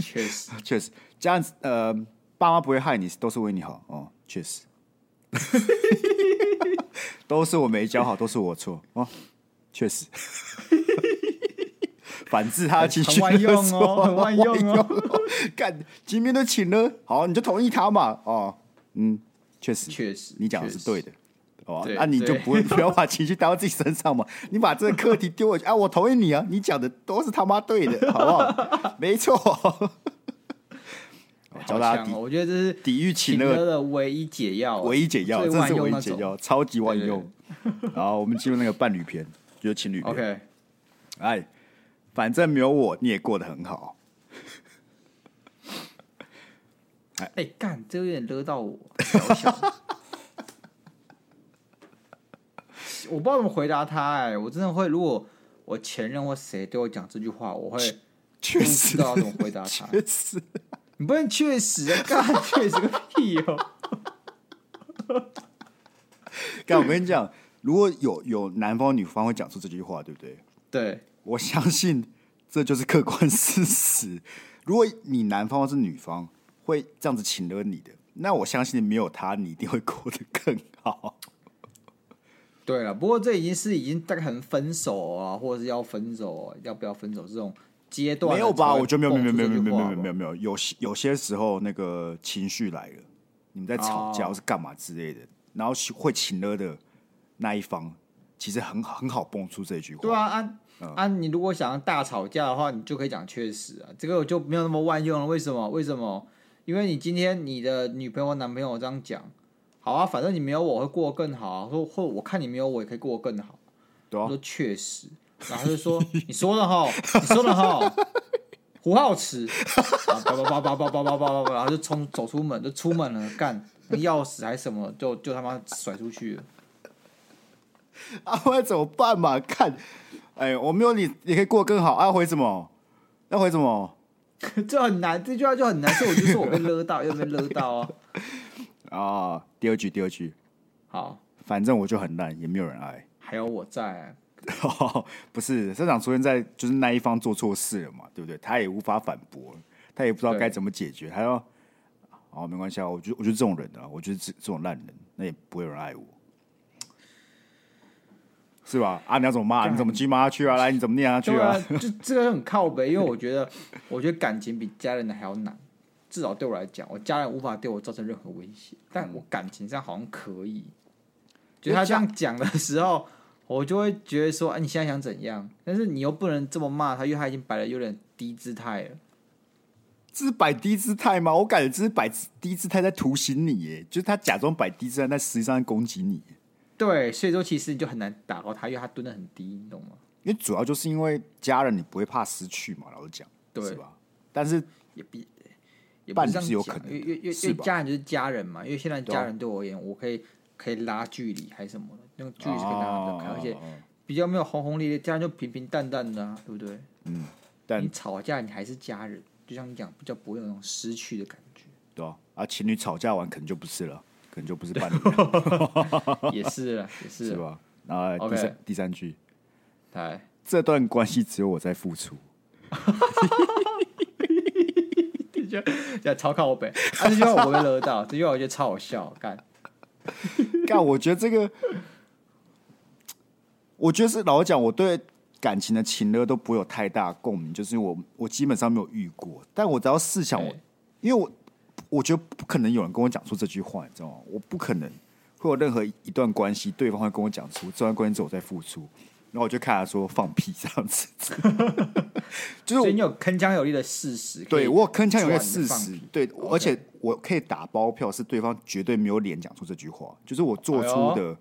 A: 确实，
B: 确实，家人呃，爸妈不会害你，都是为你好哦。确实，都是我没教好，都是我错哦。确实，反制他的情绪
A: 很万用
B: 勒索
A: 哦，很万用哦。
B: 干，前面都请了，好，你就同意他嘛。哦，嗯，确实，
A: 确实，
B: 你讲的是
A: 确实
B: 对的。哦，
A: 对
B: 那、你就
A: 对
B: 不会 不要把情绪带到自己身上嘛？ 你把这个课题丢过去啊，我同意你啊，你讲的都是他妈 对的，好不好？没错。哦教
A: 好
B: 大家
A: 强
B: 抵
A: 哦！我觉得这是
B: 抵御
A: 情
B: 情
A: 勒
B: 乐
A: 的唯一解药啊，
B: 唯一解药，
A: 最
B: 真的
A: 万
B: 是
A: 用
B: 唯一
A: 那
B: 解
A: 种。
B: 药，超级万
A: 对对
B: 用。 然后我们进入那个伴侣篇，就是情侣篇。
A: OK，
B: 哎，反正没有我，你也过得很好。
A: 哎，干，这有点勒到我，小小 我不知道怎么回答他哎、我真的会，如果我前任或谁对我讲这句话，我会
B: 确
A: 不
B: 实
A: 知，道怎么回答他。
B: 确实，
A: 你不能确实啊，干确实个屁哦、
B: 但我跟你讲，如果有有男方女方会讲出这句话，对不对？
A: 对，
B: 我相信这就是客观事实。如果你男方或是女方会这样子请了你的，那我相信没有他，你一定会过得更 好。
A: 对了，不过这已经是已经大概很分手啊，或者是要分手、啊要不要分手这种阶段了，
B: 没有吧？
A: 啊才会
B: 我觉得没有，没有，
A: 蹦出
B: 没有，没
A: 这句
B: 有，没有，
A: 话
B: 没有，没有，没有。有些有些时候，那个情绪来了，你们在吵架
A: 哦
B: 或是干嘛之类的，然后会请了的那一方，其实很很好蹦出这句话。
A: 对啊，啊、
B: 嗯
A: 啊！你如果想要大吵架的话，你就可以讲确实啊，这个我就没有那么万用了。为什么？为什么？因为你今天你的女朋友、男朋友这样讲，好啊，反正你没有我会过得更好、啊，或或我看你没有我也可以过得更好。
B: 对啊
A: 我说确实，然后他就说你说的哈，你说的哈，胡浩驰，然后叭叭叭叭叭叭叭叭叭叭，然后就冲走出门，就出门了，干那钥匙还是什么，就就他妈甩出去了。
B: 阿辉、怎么办嘛？ 看，哎，我没有你，也可以过得更好。阿、啊、回什么？要回什么？
A: 这很难，这句话就很难，所以我就说我被勒到，又被勒到啊。
B: 啊，第二句，第二句，
A: 好，
B: 反正我就很烂，也没有人爱。
A: 还有我在，
B: 不是，社长出现在就是那一方做错事了嘛，对不对？他也无法反驳，他也不知道
A: 对
B: 该怎么解决，他要，哦，没关系啊，我就我就这种人啊，我就是这这种烂人，那也不会有人爱我，是吧？啊，你要怎么骂？你怎么去骂他去啊？来，你怎么念下去
A: 对啊
B: 啊？，
A: 就这个很靠北，因为我觉得，我觉得感情比家人的还要难。至少对我来讲，我家人无法对我造成任何威胁，但我感情上好像可以。就他这样讲的时候，我就会觉得说，哎、你现在想怎样？但是你又不能这么骂他，因为他已经摆了有点低姿态了。
B: 这是摆低姿态吗？我感觉这是摆低姿态在图形你耶，就是他假装摆低姿态，但实际上在攻击你耶。
A: 对，所以说其实你就很难打到他，因为他蹲的很低，你懂吗？
B: 因为主要就是因为家人，你不会怕失去嘛，老实讲，
A: 对
B: 是吧？但是
A: 也比也不
B: 伴
A: 是这
B: 侣
A: 样
B: 是有
A: 讲
B: 可能的
A: 因为因为因为
B: 是
A: 因为
B: 吧
A: 家人就是家人嘛，因为现在
B: 对啊
A: 家人对我而言，我可以可以拉距离还是什么的，那个距离是可以拉得比较开，
B: 哦
A: 而且比较没有轰轰烈烈，家人就平平淡淡的、啊，对不对？
B: 嗯但
A: 你吵架你还是家人，就像你讲，比较不会有那种失去的感 觉，
B: 对啊，啊，情侣吵架完可能就不是了，可能就不是 伴侣
A: 啊
B: 了，
A: 也是啦，也是
B: 是
A: 啦？
B: 吧？然后来第
A: OK
B: 三第三句，
A: 哎，
B: 这段关系只有我在付出，
A: 要超靠北，啊，这句话我会勒到，这句话我觉得超好笑，干，
B: 干，我觉得这个，我觉得是老实讲，我对感情的情乐都不会有太大共鸣，就是我我基本上没有遇过，但我只要试想我
A: 对，
B: 因为我我觉得不可能有人跟我讲出这句话，你知道吗？我不可能会有任何一段关系，对方会跟我讲出这段关系只有我在付出，然后我就看他说放屁这样子，就是
A: 所
B: 我
A: 以你有铿锵有力的事实，
B: 对我铿锵有力
A: 力
B: 的事实，对，而且我可以打包票是对方绝对没有脸讲出这句话，就是我做
A: 哎
B: 出的，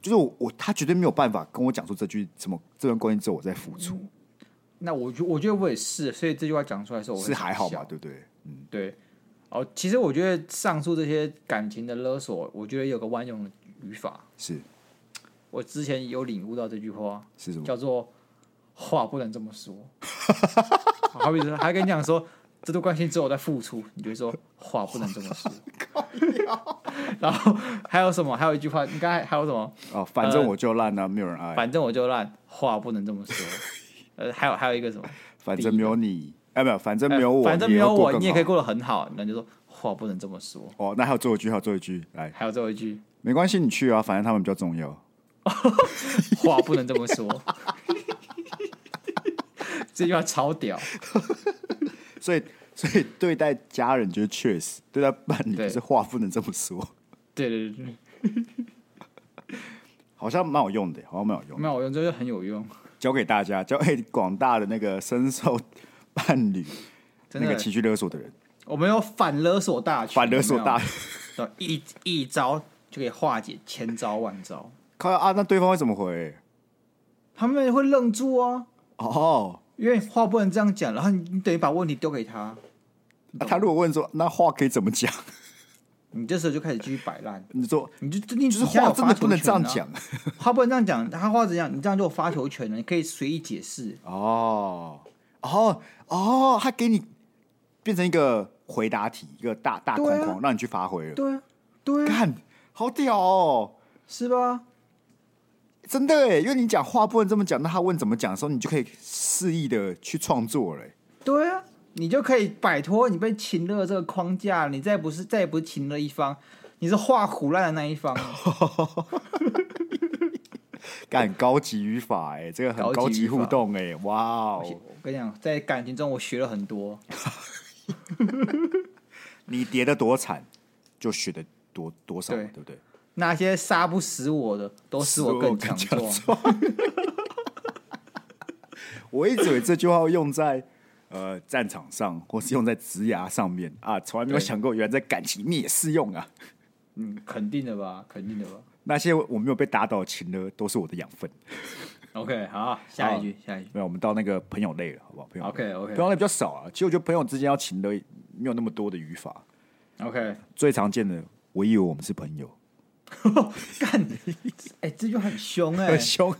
B: 就是我我他绝对没有办法跟我讲出这句什么这段关系只有我在付出，
A: 那我觉我觉得我也是，所以这句话讲出来的时候，嗯我会
B: 是还好
A: 笑
B: 吧，对不对？嗯，
A: 对，哦，其实我觉得上述这些感情的勒索，我觉得有个万用的语法，
B: 是
A: 我之前有领悟到这句话，
B: 是什么？
A: 叫做“话不能这么说”。 好比说，还跟你讲说这段关系只有我在付出，你就会说话不能这么说。 然后还有什么？还有一句话，应该还有什么？
B: 哦，反正我就烂啊，没有人爱，
A: 呃反正我就烂，话不能这么 说。呃，还有还有一个什么？
B: 反正没有你，哎，没有，反正没
A: 呃
B: 有我，
A: 反正没有
B: 你也会
A: 我，
B: 过
A: 你也可以
B: 更好。
A: 过得很好。那你就说话不能这么说。
B: 哦，那还有最后一句，还有最后一句，来，
A: 还有最后一句，
B: 没关系，你去啊，反正他们比较重要。
A: 话不能这么说。 这句话超屌，
B: 所以， 所以对待家人就是确实，对待伴侣就
A: 对
B: 是话不能这么说。
A: 对对对对，
B: 好像蛮有用的，好像蛮有用的
A: 没有用，这就很有用，
B: 教给大家，教给广大的那个深受伴侣
A: 真
B: 那
A: 的。
B: 个情绪勒索的人，
A: 我们有反勒索大全，
B: 反勒索大
A: 有。没有，对一一招就可以化解千招万招。
B: 靠啊，那对方会怎么回？
A: 他们会愣住啊，
B: 哦，
A: 因为话不能这样讲，然后你你等于把问题丢给他，
B: 啊他如果问说那话可以怎么讲，
A: 你这时候就开始继续摆烂，
B: 你说
A: 你就你
B: 就
A: 就是
B: 话真的不能这样讲，
A: 啊话不能这样讲，他话怎样，你这样就有发球权了，你可以随意解释。
B: 哦哦哦，他给你变成一个回答题，一个大大框
A: 对啊
B: 框，让你去发挥了。
A: 对啊，对啊，
B: 看，好屌哦！
A: 是吧？
B: 真的哎，因为你讲话不能这么讲，那他问怎么讲的时候，你就可以肆意的去创作了耶。
A: 对啊，你就可以摆脱你被擒勒的这个框架，你再不是再也不是擒勒一方，你是画虎烂的那一方。
B: 干高级语法哎，这个很高
A: 高级
B: 级
A: 语法
B: 互动哎，哇哦！
A: 我跟你讲，在感情中我学了很多，
B: 你跌得多惨，就学得多多少，
A: 对
B: 对不对？
A: 那些杀不死我的，都使我更强壮。
B: 壮。我一直以为这句话会用在呃战场上，或是用在职涯上面啊，从来没有
A: 对
B: 想过，原来在感情面也适用啊。
A: 嗯，肯定的吧，肯定的吧。
B: 那些我没有被打倒的情呢，都是我的养分。
A: OK，好，下一句，下一句。
B: 没有，我们到那个朋友类了，好不好？朋友类
A: OK，OK
B: 朋友类比较少啊。其实我觉得朋友之间要情的没有那么多的语法，
A: OK，
B: 最常见的，我以为我们是朋友，
A: 干，哎、这句很凶哎、
B: 很凶啊。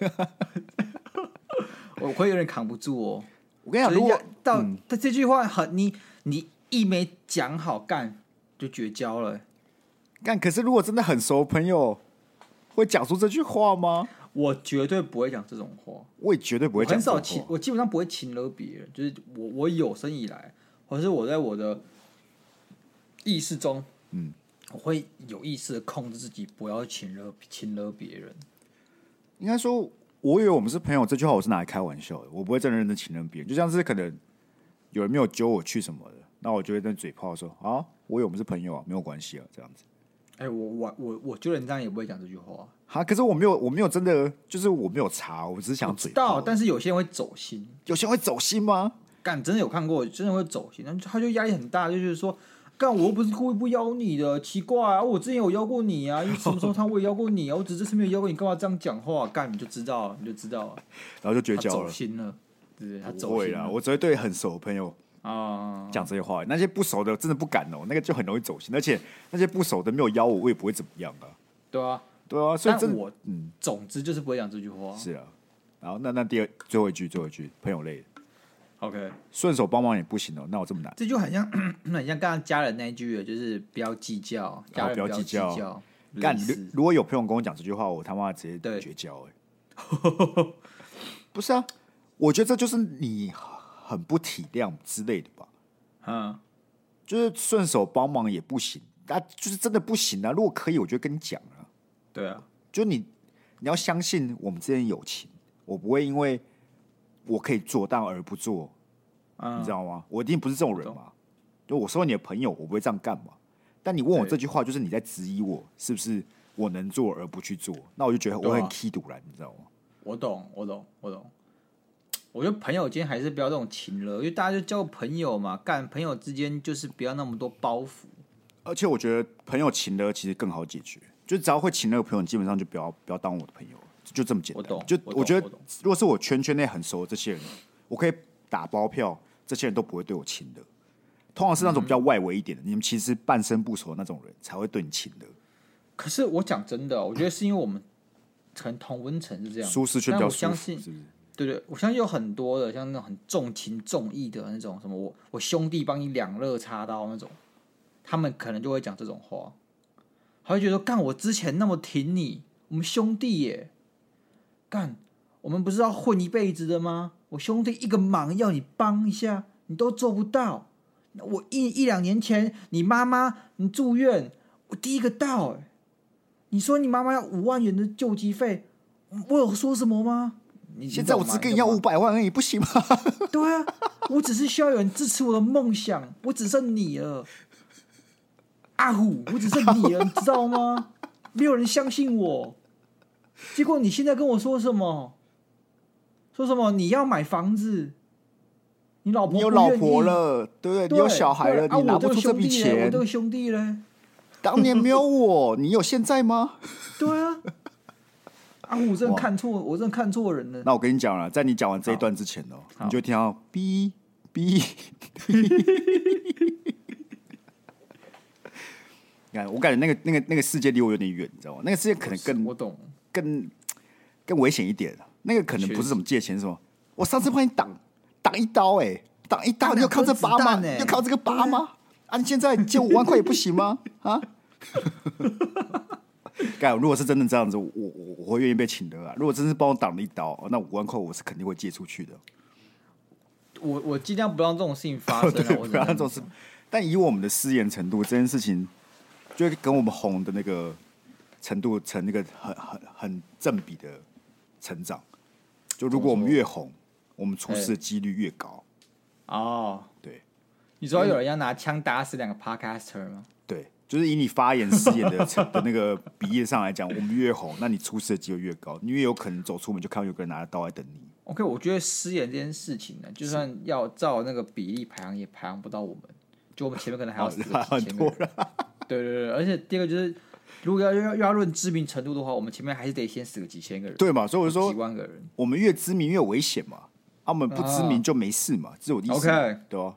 A: 我会有点扛不住哦。
B: 我跟你讲，
A: 所以
B: 如果
A: 要到、他这句话很你你一没讲好干就绝交了欸、
B: 干，可是如果真的很熟的朋友，会讲出这句话吗？
A: 我绝对不会讲这种话，
B: 我也绝对不
A: 我
B: 会讲
A: 很
B: 这种
A: 少
B: 话。
A: 请，我基本上不会请了别人，就是我我有生以来，或者是我在我的意识中，嗯，我会有意识的控制自己不要请了请了别人。
B: 应该说，我以为我们是朋友这句话，我是拿来开玩笑的，我不会真的认真请任别人。就像是可能有人没有揪我去什么的，那我就会在嘴炮说啊，我以为我们是朋友啊，没有关系啊，这样子。
A: 哎、我我我我觉得你这样也不会讲这句话，
B: 哈，可是我没有，我没有真的，就是我没有查，我只是想
A: 知
B: 嘴
A: 道，
B: 炮。
A: 但是有些人会走心。
B: 有些人会走心吗？
A: 干真的有看过，真的会走心，然后他就压力很大，就是说，干我又不是故意不邀你的，奇怪啊，我之前有邀过你啊，因为什么时候他我也邀过你啊，我只是这次没有邀过你，干嘛这样讲话？啊干你就知道了，你就知道了，
B: 然后就绝
A: 他
B: 交
A: 走
B: 了。
A: 心了，对不对？他
B: 不
A: 走
B: 会
A: 心
B: 啦，
A: 了
B: 我只会对很熟的朋友
A: 啊，
B: 讲这些话，那些不熟的真的不敢哦，那个就很容易走心，而且那些不熟的没有邀我，我也不会怎么样啊。
A: 对啊，
B: 对啊，所以
A: 但
B: 真
A: 我
B: 嗯
A: 总之就是不会讲这句话。
B: 是啊。然后那那第二最后一句最后一句朋友类的
A: OK，
B: 顺手帮忙也不行哦，那我这么难。
A: 这就很像很像刚刚家人那一句的，就是不要计较，家人
B: 哦不要
A: 计
B: 计较
A: 类
B: 干，
A: 似
B: 如如果有朋友跟我讲这句话，我他妈直接
A: 对
B: 绝交 哎、不是啊，我觉得这就是你很不体谅之类的吧，
A: 嗯，
B: 就是顺手帮忙也不行，啊，就是真的不行啊。如果可以，我就跟你讲啊，
A: 对啊，
B: 就你你要相信我们之间友情，我不会因为我可以做但而不做，你
A: 嗯
B: 知，道吗？我一定不是这种人嘛。就我说你的朋友，我不会这样干嘛。但你问我
A: 对
B: 这句话，就是你在质疑我是不是我能做而不去做，那我就觉得
A: 对啊
B: 我很 key 堵然，你知道吗？
A: 我懂，我懂，我懂。我觉得朋友间还是不要这种情了，因为大家就交个朋友嘛，干朋友之间就是不要那么多包袱。
B: 而且我觉得朋友情的其实更好解决，就只要会情的朋友，基本上就不要不要当我的朋友了，就这么简
A: 我
B: 单。
A: 懂
B: 就
A: 我懂
B: 我觉得
A: 我懂，
B: 如果是我圈圈内很熟的这些人，我可以打包票，这些人都不会对我情的。通常是那种比较外围一点的，你们其实半生不熟的那种人才会对你情的。
A: 可是我讲真的哦，我觉得是因为我们可能同温层是这样，
B: 舒适圈
A: 但
B: 比较
A: 我
B: 舒
A: 相
B: 服，
A: 信，
B: 是不是？
A: 对对，我相信有很多的像那种很重情重义的那种，什么我我兄弟帮你两肋插刀那种，他们可能就会讲这种话，他会觉得说干我之前那么挺你，我们兄弟耶，干我们不是要混一辈子的吗？我兄弟一个忙要你帮一下，你都做不到。那我一一两年前你妈妈你住院，我第一个到哎，你说你妈妈要五万元的救济费，我有说什么吗？你
B: 现在我只跟你要
A: 五。
B: 五百万而已，不行吗？
A: 对啊，我只是需要有人支持我的梦想，我只剩你了。阿虎，我只剩你了，你知道吗？没有人相信我，结果你现在跟我说什么？说什么你要买房子？你老婆
B: 你有
A: 不
B: 老
A: 愿
B: 婆
A: 意，
B: 了，对不对？
A: 对
B: 你有小孩了，
A: 对啊
B: 你拿
A: 我
B: 不
A: 都有
B: 出这
A: 兄
B: 笔
A: 弟嘞，我
B: 钱
A: 都。有兄弟嘞，
B: 当年没有 我，你有现在吗？
A: 对啊，啊，我真的
B: 哇
A: 看错，我真的看错人了。
B: 那我跟你讲了，在你讲完这一段之前哦，你就会听到哔哔。 你看，我感觉那个那个那个世界离我有点远，你知道吗？那个世界可能更
A: 我懂，
B: 更更危险一点。那个可能
A: 确实
B: 不是什么借钱，是什么？我上次帮你挡挡一刀、哎，挡一刀，
A: 挡
B: 你就
A: 两
B: 靠这
A: 颗
B: 疤
A: 子
B: 吗？
A: 弹
B: 你
A: 哎
B: 就靠这个 疤吗？啊，你现在借五万块也不行吗？啊？ 干，如果是真的这样子，我我我会愿意被请的啊。如果真是帮我挡了一刀，哦那五万块我是肯定会借出去的。
A: 我我尽量不让这种事情发生啊
B: 对，
A: 我只
B: 不
A: 能这
B: 要
A: 样
B: 这种事
A: 讲。
B: 但以我们的失言程度，这件事情就会跟我们红的那个程度成那个很很很正比的成长。就如果我们越红，我们出
A: 哎
B: 事的几率越高。
A: 哦，
B: 对
A: 你知道有人要拿枪打死两个 podcaster 吗？
B: 对，就是以你发言失 言的程的那个比例上来讲，我们越红，那你出事的几率越高，你越有可能走出门就看到有个人拿着刀在等你。
A: OK，我觉得失言这件事情呢，就算要照那个比例排行，也排行不到我们。就我们前面可能还有四个
B: 哦很
A: 几千个人。 对对对，而且第二个就是，如果要要要论知名程度的话，我们前面还是得先死个几千个人，
B: 对哦嘛？所以我就
A: 几
B: 说，
A: 万个人。
B: 我们越知名越危险嘛，啊，我们不知名就没事嘛，这是我的意思嘛。
A: OK
B: 对吧、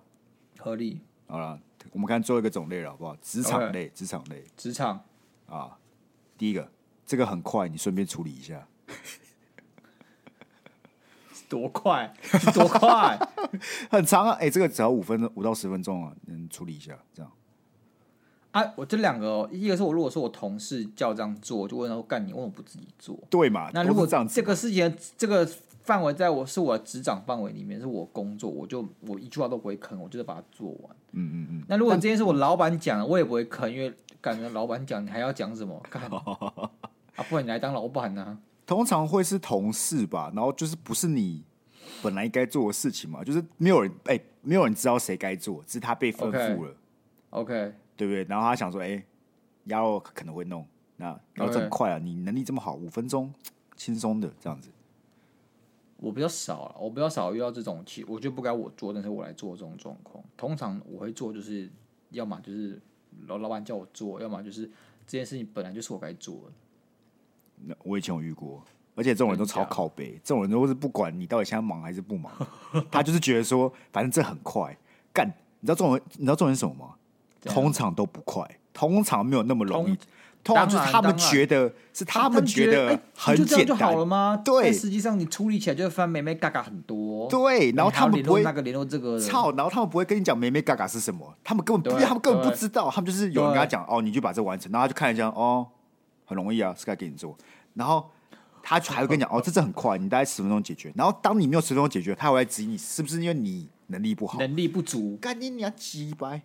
A: 合理，
B: 好了，我们看最后一个种类了，好不好？职场类，职场类
A: 职场
B: 啊，第一个，这个很快，你顺便处理一下。
A: 多快， 是多快，
B: 很长啊，哎、这个只要五分钟，五到十分钟啊，能处理一下，这样
A: 啊，我这两个、哦，一个是我如果说我同事叫这样做，我就问他说干你为什么不自己做？
B: 对嘛？
A: 那
B: 都
A: 如果
B: 是这样子
A: 这个事情的这个范围在我是我的职掌范围里面，是我工作，我就我一句话都不会吭，我就是把它做完。
B: 嗯嗯嗯，
A: 那如果这件事我老板讲了，我也不会吭，因为感觉老板讲你还要讲什么？ 干啊，不然你来当老板呢、
B: 通常会是同事吧，然后就是不是你本来该做的事情嘛，就是没有人，哎、没有人知道谁该做，只是他被吩
A: OK
B: 咐了
A: OK，
B: 对不对？然后他想说，哎、鸭肉可能会弄，那然后这么
A: OK
B: 快啊，你能力这么好，五分钟轻松的这样子。
A: 我比较少了，我比较少遇到这种，其我觉得不该我做，但是我来做这种状况。通常我会做，就是要么就是老老板叫我做，要么就是这件事情本来就是我该做的。
B: 那我以前有遇过，而且这种人都超靠背，这种人都是不管你到底现在忙还是不忙， 他就是觉得说，反正这很快干。你知道这种人，你知道这种人是什么吗？
A: 这样
B: 通常都不快，通常没有那么容易。通
A: 通
B: 常就是他
A: 当
B: 们
A: 然
B: 觉得是他们觉
A: 哎
B: 得很
A: 你就这样
B: 简
A: 就好了
B: 单，
A: 吗？
B: 对
A: 但实际上你处理起来就会翻妹妹嘎嘎很多。
B: 对，然后
A: 还要
B: 他们
A: 联
B: 不
A: 络
B: 会
A: 那个联络这个的，
B: 操，然后他们不会跟你讲“梅梅嘎嘎”是什么，他们根本不，因
A: 对
B: 为他们根本不
A: 对
B: 知道，他们就是有人跟他讲哦，你去把这完成，然后他就看一下哦，很容易啊，是该给你做，然后他还会跟你讲哦，这这很快，你大概十分钟解决，然后当你没有十分钟解决，他还会来质疑你是不是因为你能力不好，
A: 能力不足。
B: 干你娘 鸡掰，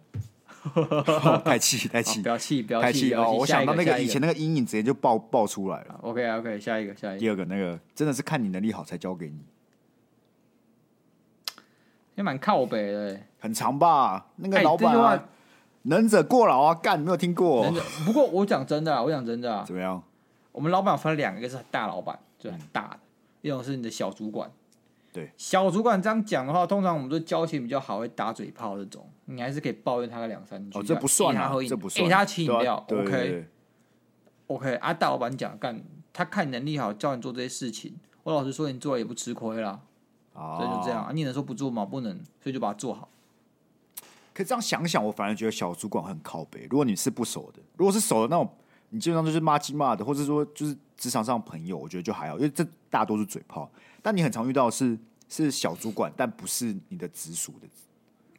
B: 哦太气
A: 好
B: 太气
A: 不要气，不要
B: 太
A: 气
B: 气哦，我想到那
A: 个啊
B: 个以前那个阴影直接就爆爆出来了。
A: OK OK，下一个下一个
B: 第二个那个真的是看你能力好才交给你，
A: 也蛮靠北的欸。
B: 很长吧？那个
A: 哎
B: 老板
A: 这句
B: 啊
A: 话，
B: 能者过劳啊，干没有听过
A: 真的，不过我讲真的啊，我讲真的啊，
B: 怎么样？
A: 我们老板分两个，一个是大老板，就很大的；一种是你的小主管。
B: 对，
A: 小主管这样讲的话，通常我们都交情比较好，会打嘴炮这种，你还是可以抱怨他个两三句。
B: 哦，这不算
A: 啊
B: 啊，，这不算。
A: 给他请饮料
B: 对啊对对对
A: ，OK OK。啊，大老板讲干，他看你能力好，叫你做这些事情，我老实说，你做了也不吃亏啦，
B: 啊，
A: 所以就这样。。啊、你能说不做吗？不能，所以就把它做好。
B: 可这样想想，我反而觉得小主管很靠北。如果你是不熟的，如果是熟的那种，你基本上就是骂鸡骂的，或者说就是职场上朋友，我觉得就还好，因为这大多是嘴炮。但你很常遇到的是是小主管，但不是你的直属的，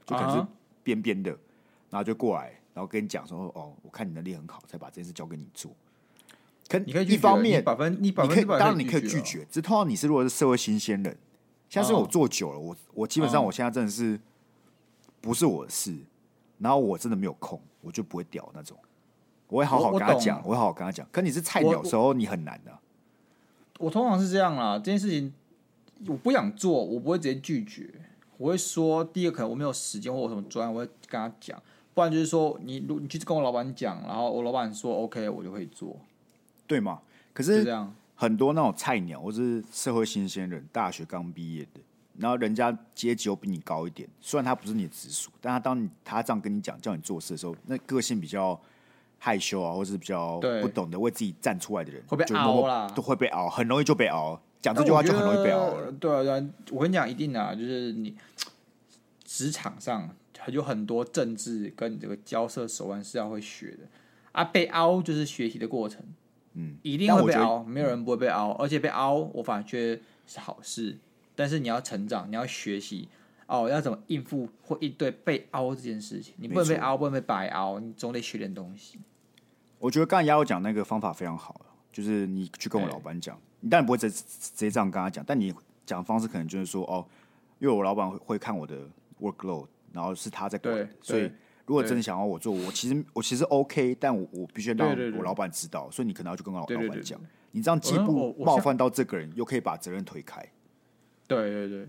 B: 就可能
A: 啊
B: 是
A: 哈
B: 边边的，然后就过来，然后跟你讲说，哦，我看你能力很好，才把这件事交给你做。可
A: 你可以拒绝
B: 一方面
A: 你百分你百
B: 你
A: 分
B: 可以，
A: 之百
B: 当然你可以拒
A: 拒啊
B: 绝。只是通常你是如果是社会新鲜人，现在是我
A: 哦
B: 做久了，我我基
A: 嗯
B: 本上我现在真的是不是我的事，然后我真的没有空，我就不会屌那种。我会好好
A: 我我
B: 跟他
A: 懂
B: 讲，我会好好跟他讲。可你是菜鸟
A: 我
B: 的时候，你很难的、啊
A: 我通常是这样啦，这件事情我不想做，我不会直接拒绝，我会说第一个可能我没有时间或者什么专案，我会跟他讲，不然就是说你如你去跟我老板讲，然后我老板说 OK，我就会做，
B: 对吗？可
A: 就是这样。
B: 很多那种菜鸟或是社会新鲜人，大学刚毕业的，然后人家阶级又比你高一点，虽然他不是你的直属，但他当你他这样跟你讲叫你做事的时候，那个性比较害羞啊，或是比较
A: 对
B: 不懂得为自己站出来的人，
A: 会被
B: 就默默
A: 熬啦
B: 都会被熬，很容易就被熬。讲这
A: 但
B: 句话
A: 我觉
B: 就很容易被熬了
A: 得，对啊，对啊，我跟你讲，一定啊，就是你职场上有很多政治跟你这个交涉手腕是要会学的啊。被凹就是学习的过程，嗯，一定
B: 但
A: 会
B: 我
A: 被
B: 觉得嗯
A: 凹，没有人不会被凹，而且被凹，我反而觉得是好事。但是你要成长，你要学习哦，要怎么应付或应对被凹这件事情。你不能被
B: 没错
A: 凹，不能被白凹，你总得学点东西。
B: 我觉得刚才雅友讲那个方法非常好，就是你去跟我老板讲，你当然不会直接直接这样跟他讲，但你讲的方式可能就是说，哦，因为我老板会会看我的 workload，然后是他在管
A: 对
B: 的，所以
A: 对
B: 如果真的想要我做，我其实我其实 OK，但我我必须让
A: 对对对
B: 我老板知道，所以你可能要去跟老
A: 对对
B: 老
A: 对
B: 板
A: 对
B: 讲，你这样既
A: 我
B: 不
A: 我我
B: 冒犯到这个人，又可以把责任推开。
A: 对对对，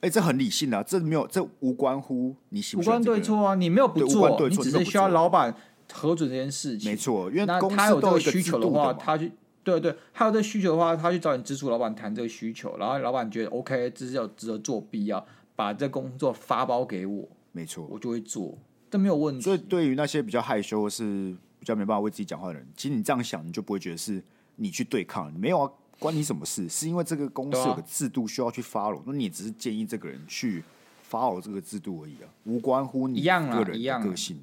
B: 哎，这很理性的、啊，这没有，这无关乎你喜不
A: 无
B: 喜欢
A: 关
B: 这个
A: 对
B: 人，
A: 错啊，你没有不
B: 对无
A: 做，
B: 关对
A: 你
B: 错
A: 只
B: 你没
A: 是
B: 有不
A: 需要
B: 做
A: 老板核准这件事情。
B: 没错，因为
A: 那
B: 公
A: 他
B: 司
A: 有这
B: 都
A: 个
B: 一个
A: 需
B: 制
A: 求
B: 度
A: 话，
B: 嘛
A: 他去对对，他有这个需求的话，他去找你直属老板谈这个需求，然后老板觉得 OK，这是有值得做必要，把这工作发包给我，
B: 没错，
A: 我就会做，这没有问
B: 所以
A: 题。
B: 对于那些比较害羞或是比较没办法为自己讲话的人，其实你这样想，你就不会觉得是你去对抗，没有啊，关你什么事？是因为这个公司
A: 对啊
B: 有个制度需要去 follow，那、你也只是建议这个人去 follow 这个制度而已啊，无关乎你
A: 一样啊
B: 个人
A: 一样啊
B: 的个性。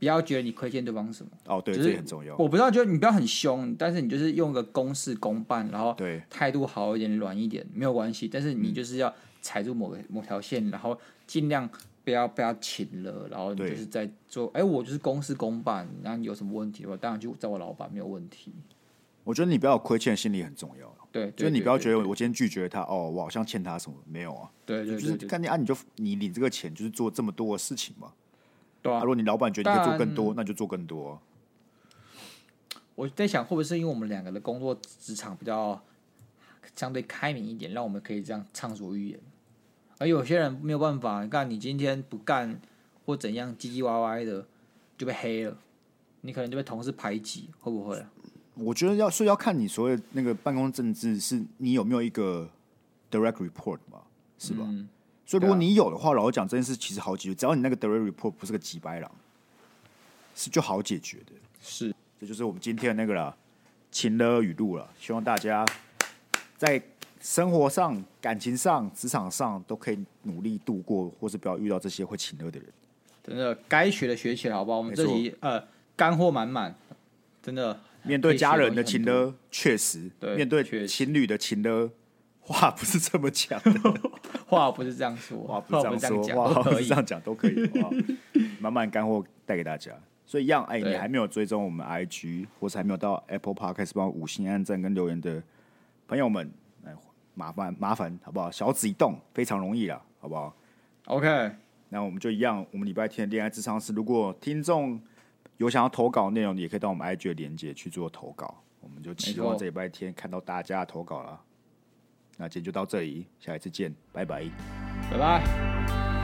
A: 不要觉得你亏欠对方什么，
B: 哦，对，
A: 就
B: 这
A: 是
B: 也很重要。
A: 我不知道，就是你不要很凶，但是你就是用个公事公办，然后
B: 对嗯
A: 态度好一点、软一点没有关系，但是你就是要踩住某个某条线，然后尽量不要不要请了，然后你
B: 对
A: 就是在做，哎、我就是公事公办，然后你有什么问题的话，当然就找我老板没有问题。
B: 我觉得你不要有亏欠心理很重要，
A: 对，对
B: 就是你
A: 对
B: 不要
A: 对
B: 觉得我今天拒绝他，哦，我好像欠他什么，没有啊，
A: 对对对
B: 就是
A: 对，
B: 看见啊，你就你领这个钱就是做这么多的事情嘛。
A: 对
B: 啊，
A: 啊
B: 如，果你老板觉得你可以做更
A: 但
B: 多，那就做更多啊、
A: 我在想会不会是因为我们两个的工作职场比较相对开明一点，让我们可以这样畅所欲言。而有些人没有办法，你看你今天不干或怎样唧唧歪歪的，就被黑了，你可能就被同事排挤，会不会啊？
B: 我觉得要所以要看你所谓的那个办公政治，是你有没有一个 direct report 嘛，是吧？所以如果
A: 对啊
B: 你有的话，老实讲这件事其实好解决，只要你那个 direct report 不是个急白狼，是就好解决的。
A: 是，
B: 这就是我们今天的那个啦，情的语录了。希望大家在生活上、感情上、职场上都可以努力度过，或是不要遇到这些会情乐的人。
A: 真的该学的学起来，好不好？我们这
B: 没
A: 集呃干货满满，真的
B: 面对家人的
A: 可以学
B: 情
A: 东西很多
B: 的，确实；
A: 对
B: 面对
A: 确实
B: 情侣的情的， 话不是这么讲的。
A: 话不是这样说，话
B: 话不是
A: 是
B: 这
A: 这样
B: 样 说，
A: 讲，都
B: 话不
A: 可
B: 是
A: 以
B: 这。样讲都可以， 好不好满满干货带给大家。所以一样，哎、
A: 对
B: 你还没有追踪我们 IG，或是还没有到 Apple Podcast 帮我五星按赞跟留言的朋友们，哎，麻烦麻烦，好不好？小指一动，非常容易啦，好不好？
A: OK，
B: 那我们就一样，我们礼拜天的恋爱智商是，如果听众有想要投稿的内容，也可以到我们 IG 的连接去做投稿。我们就期
A: 没
B: 望
A: 错
B: 这礼拜天看到大家的投稿了。那今天就到这里，下一次见，拜拜。
A: 拜拜。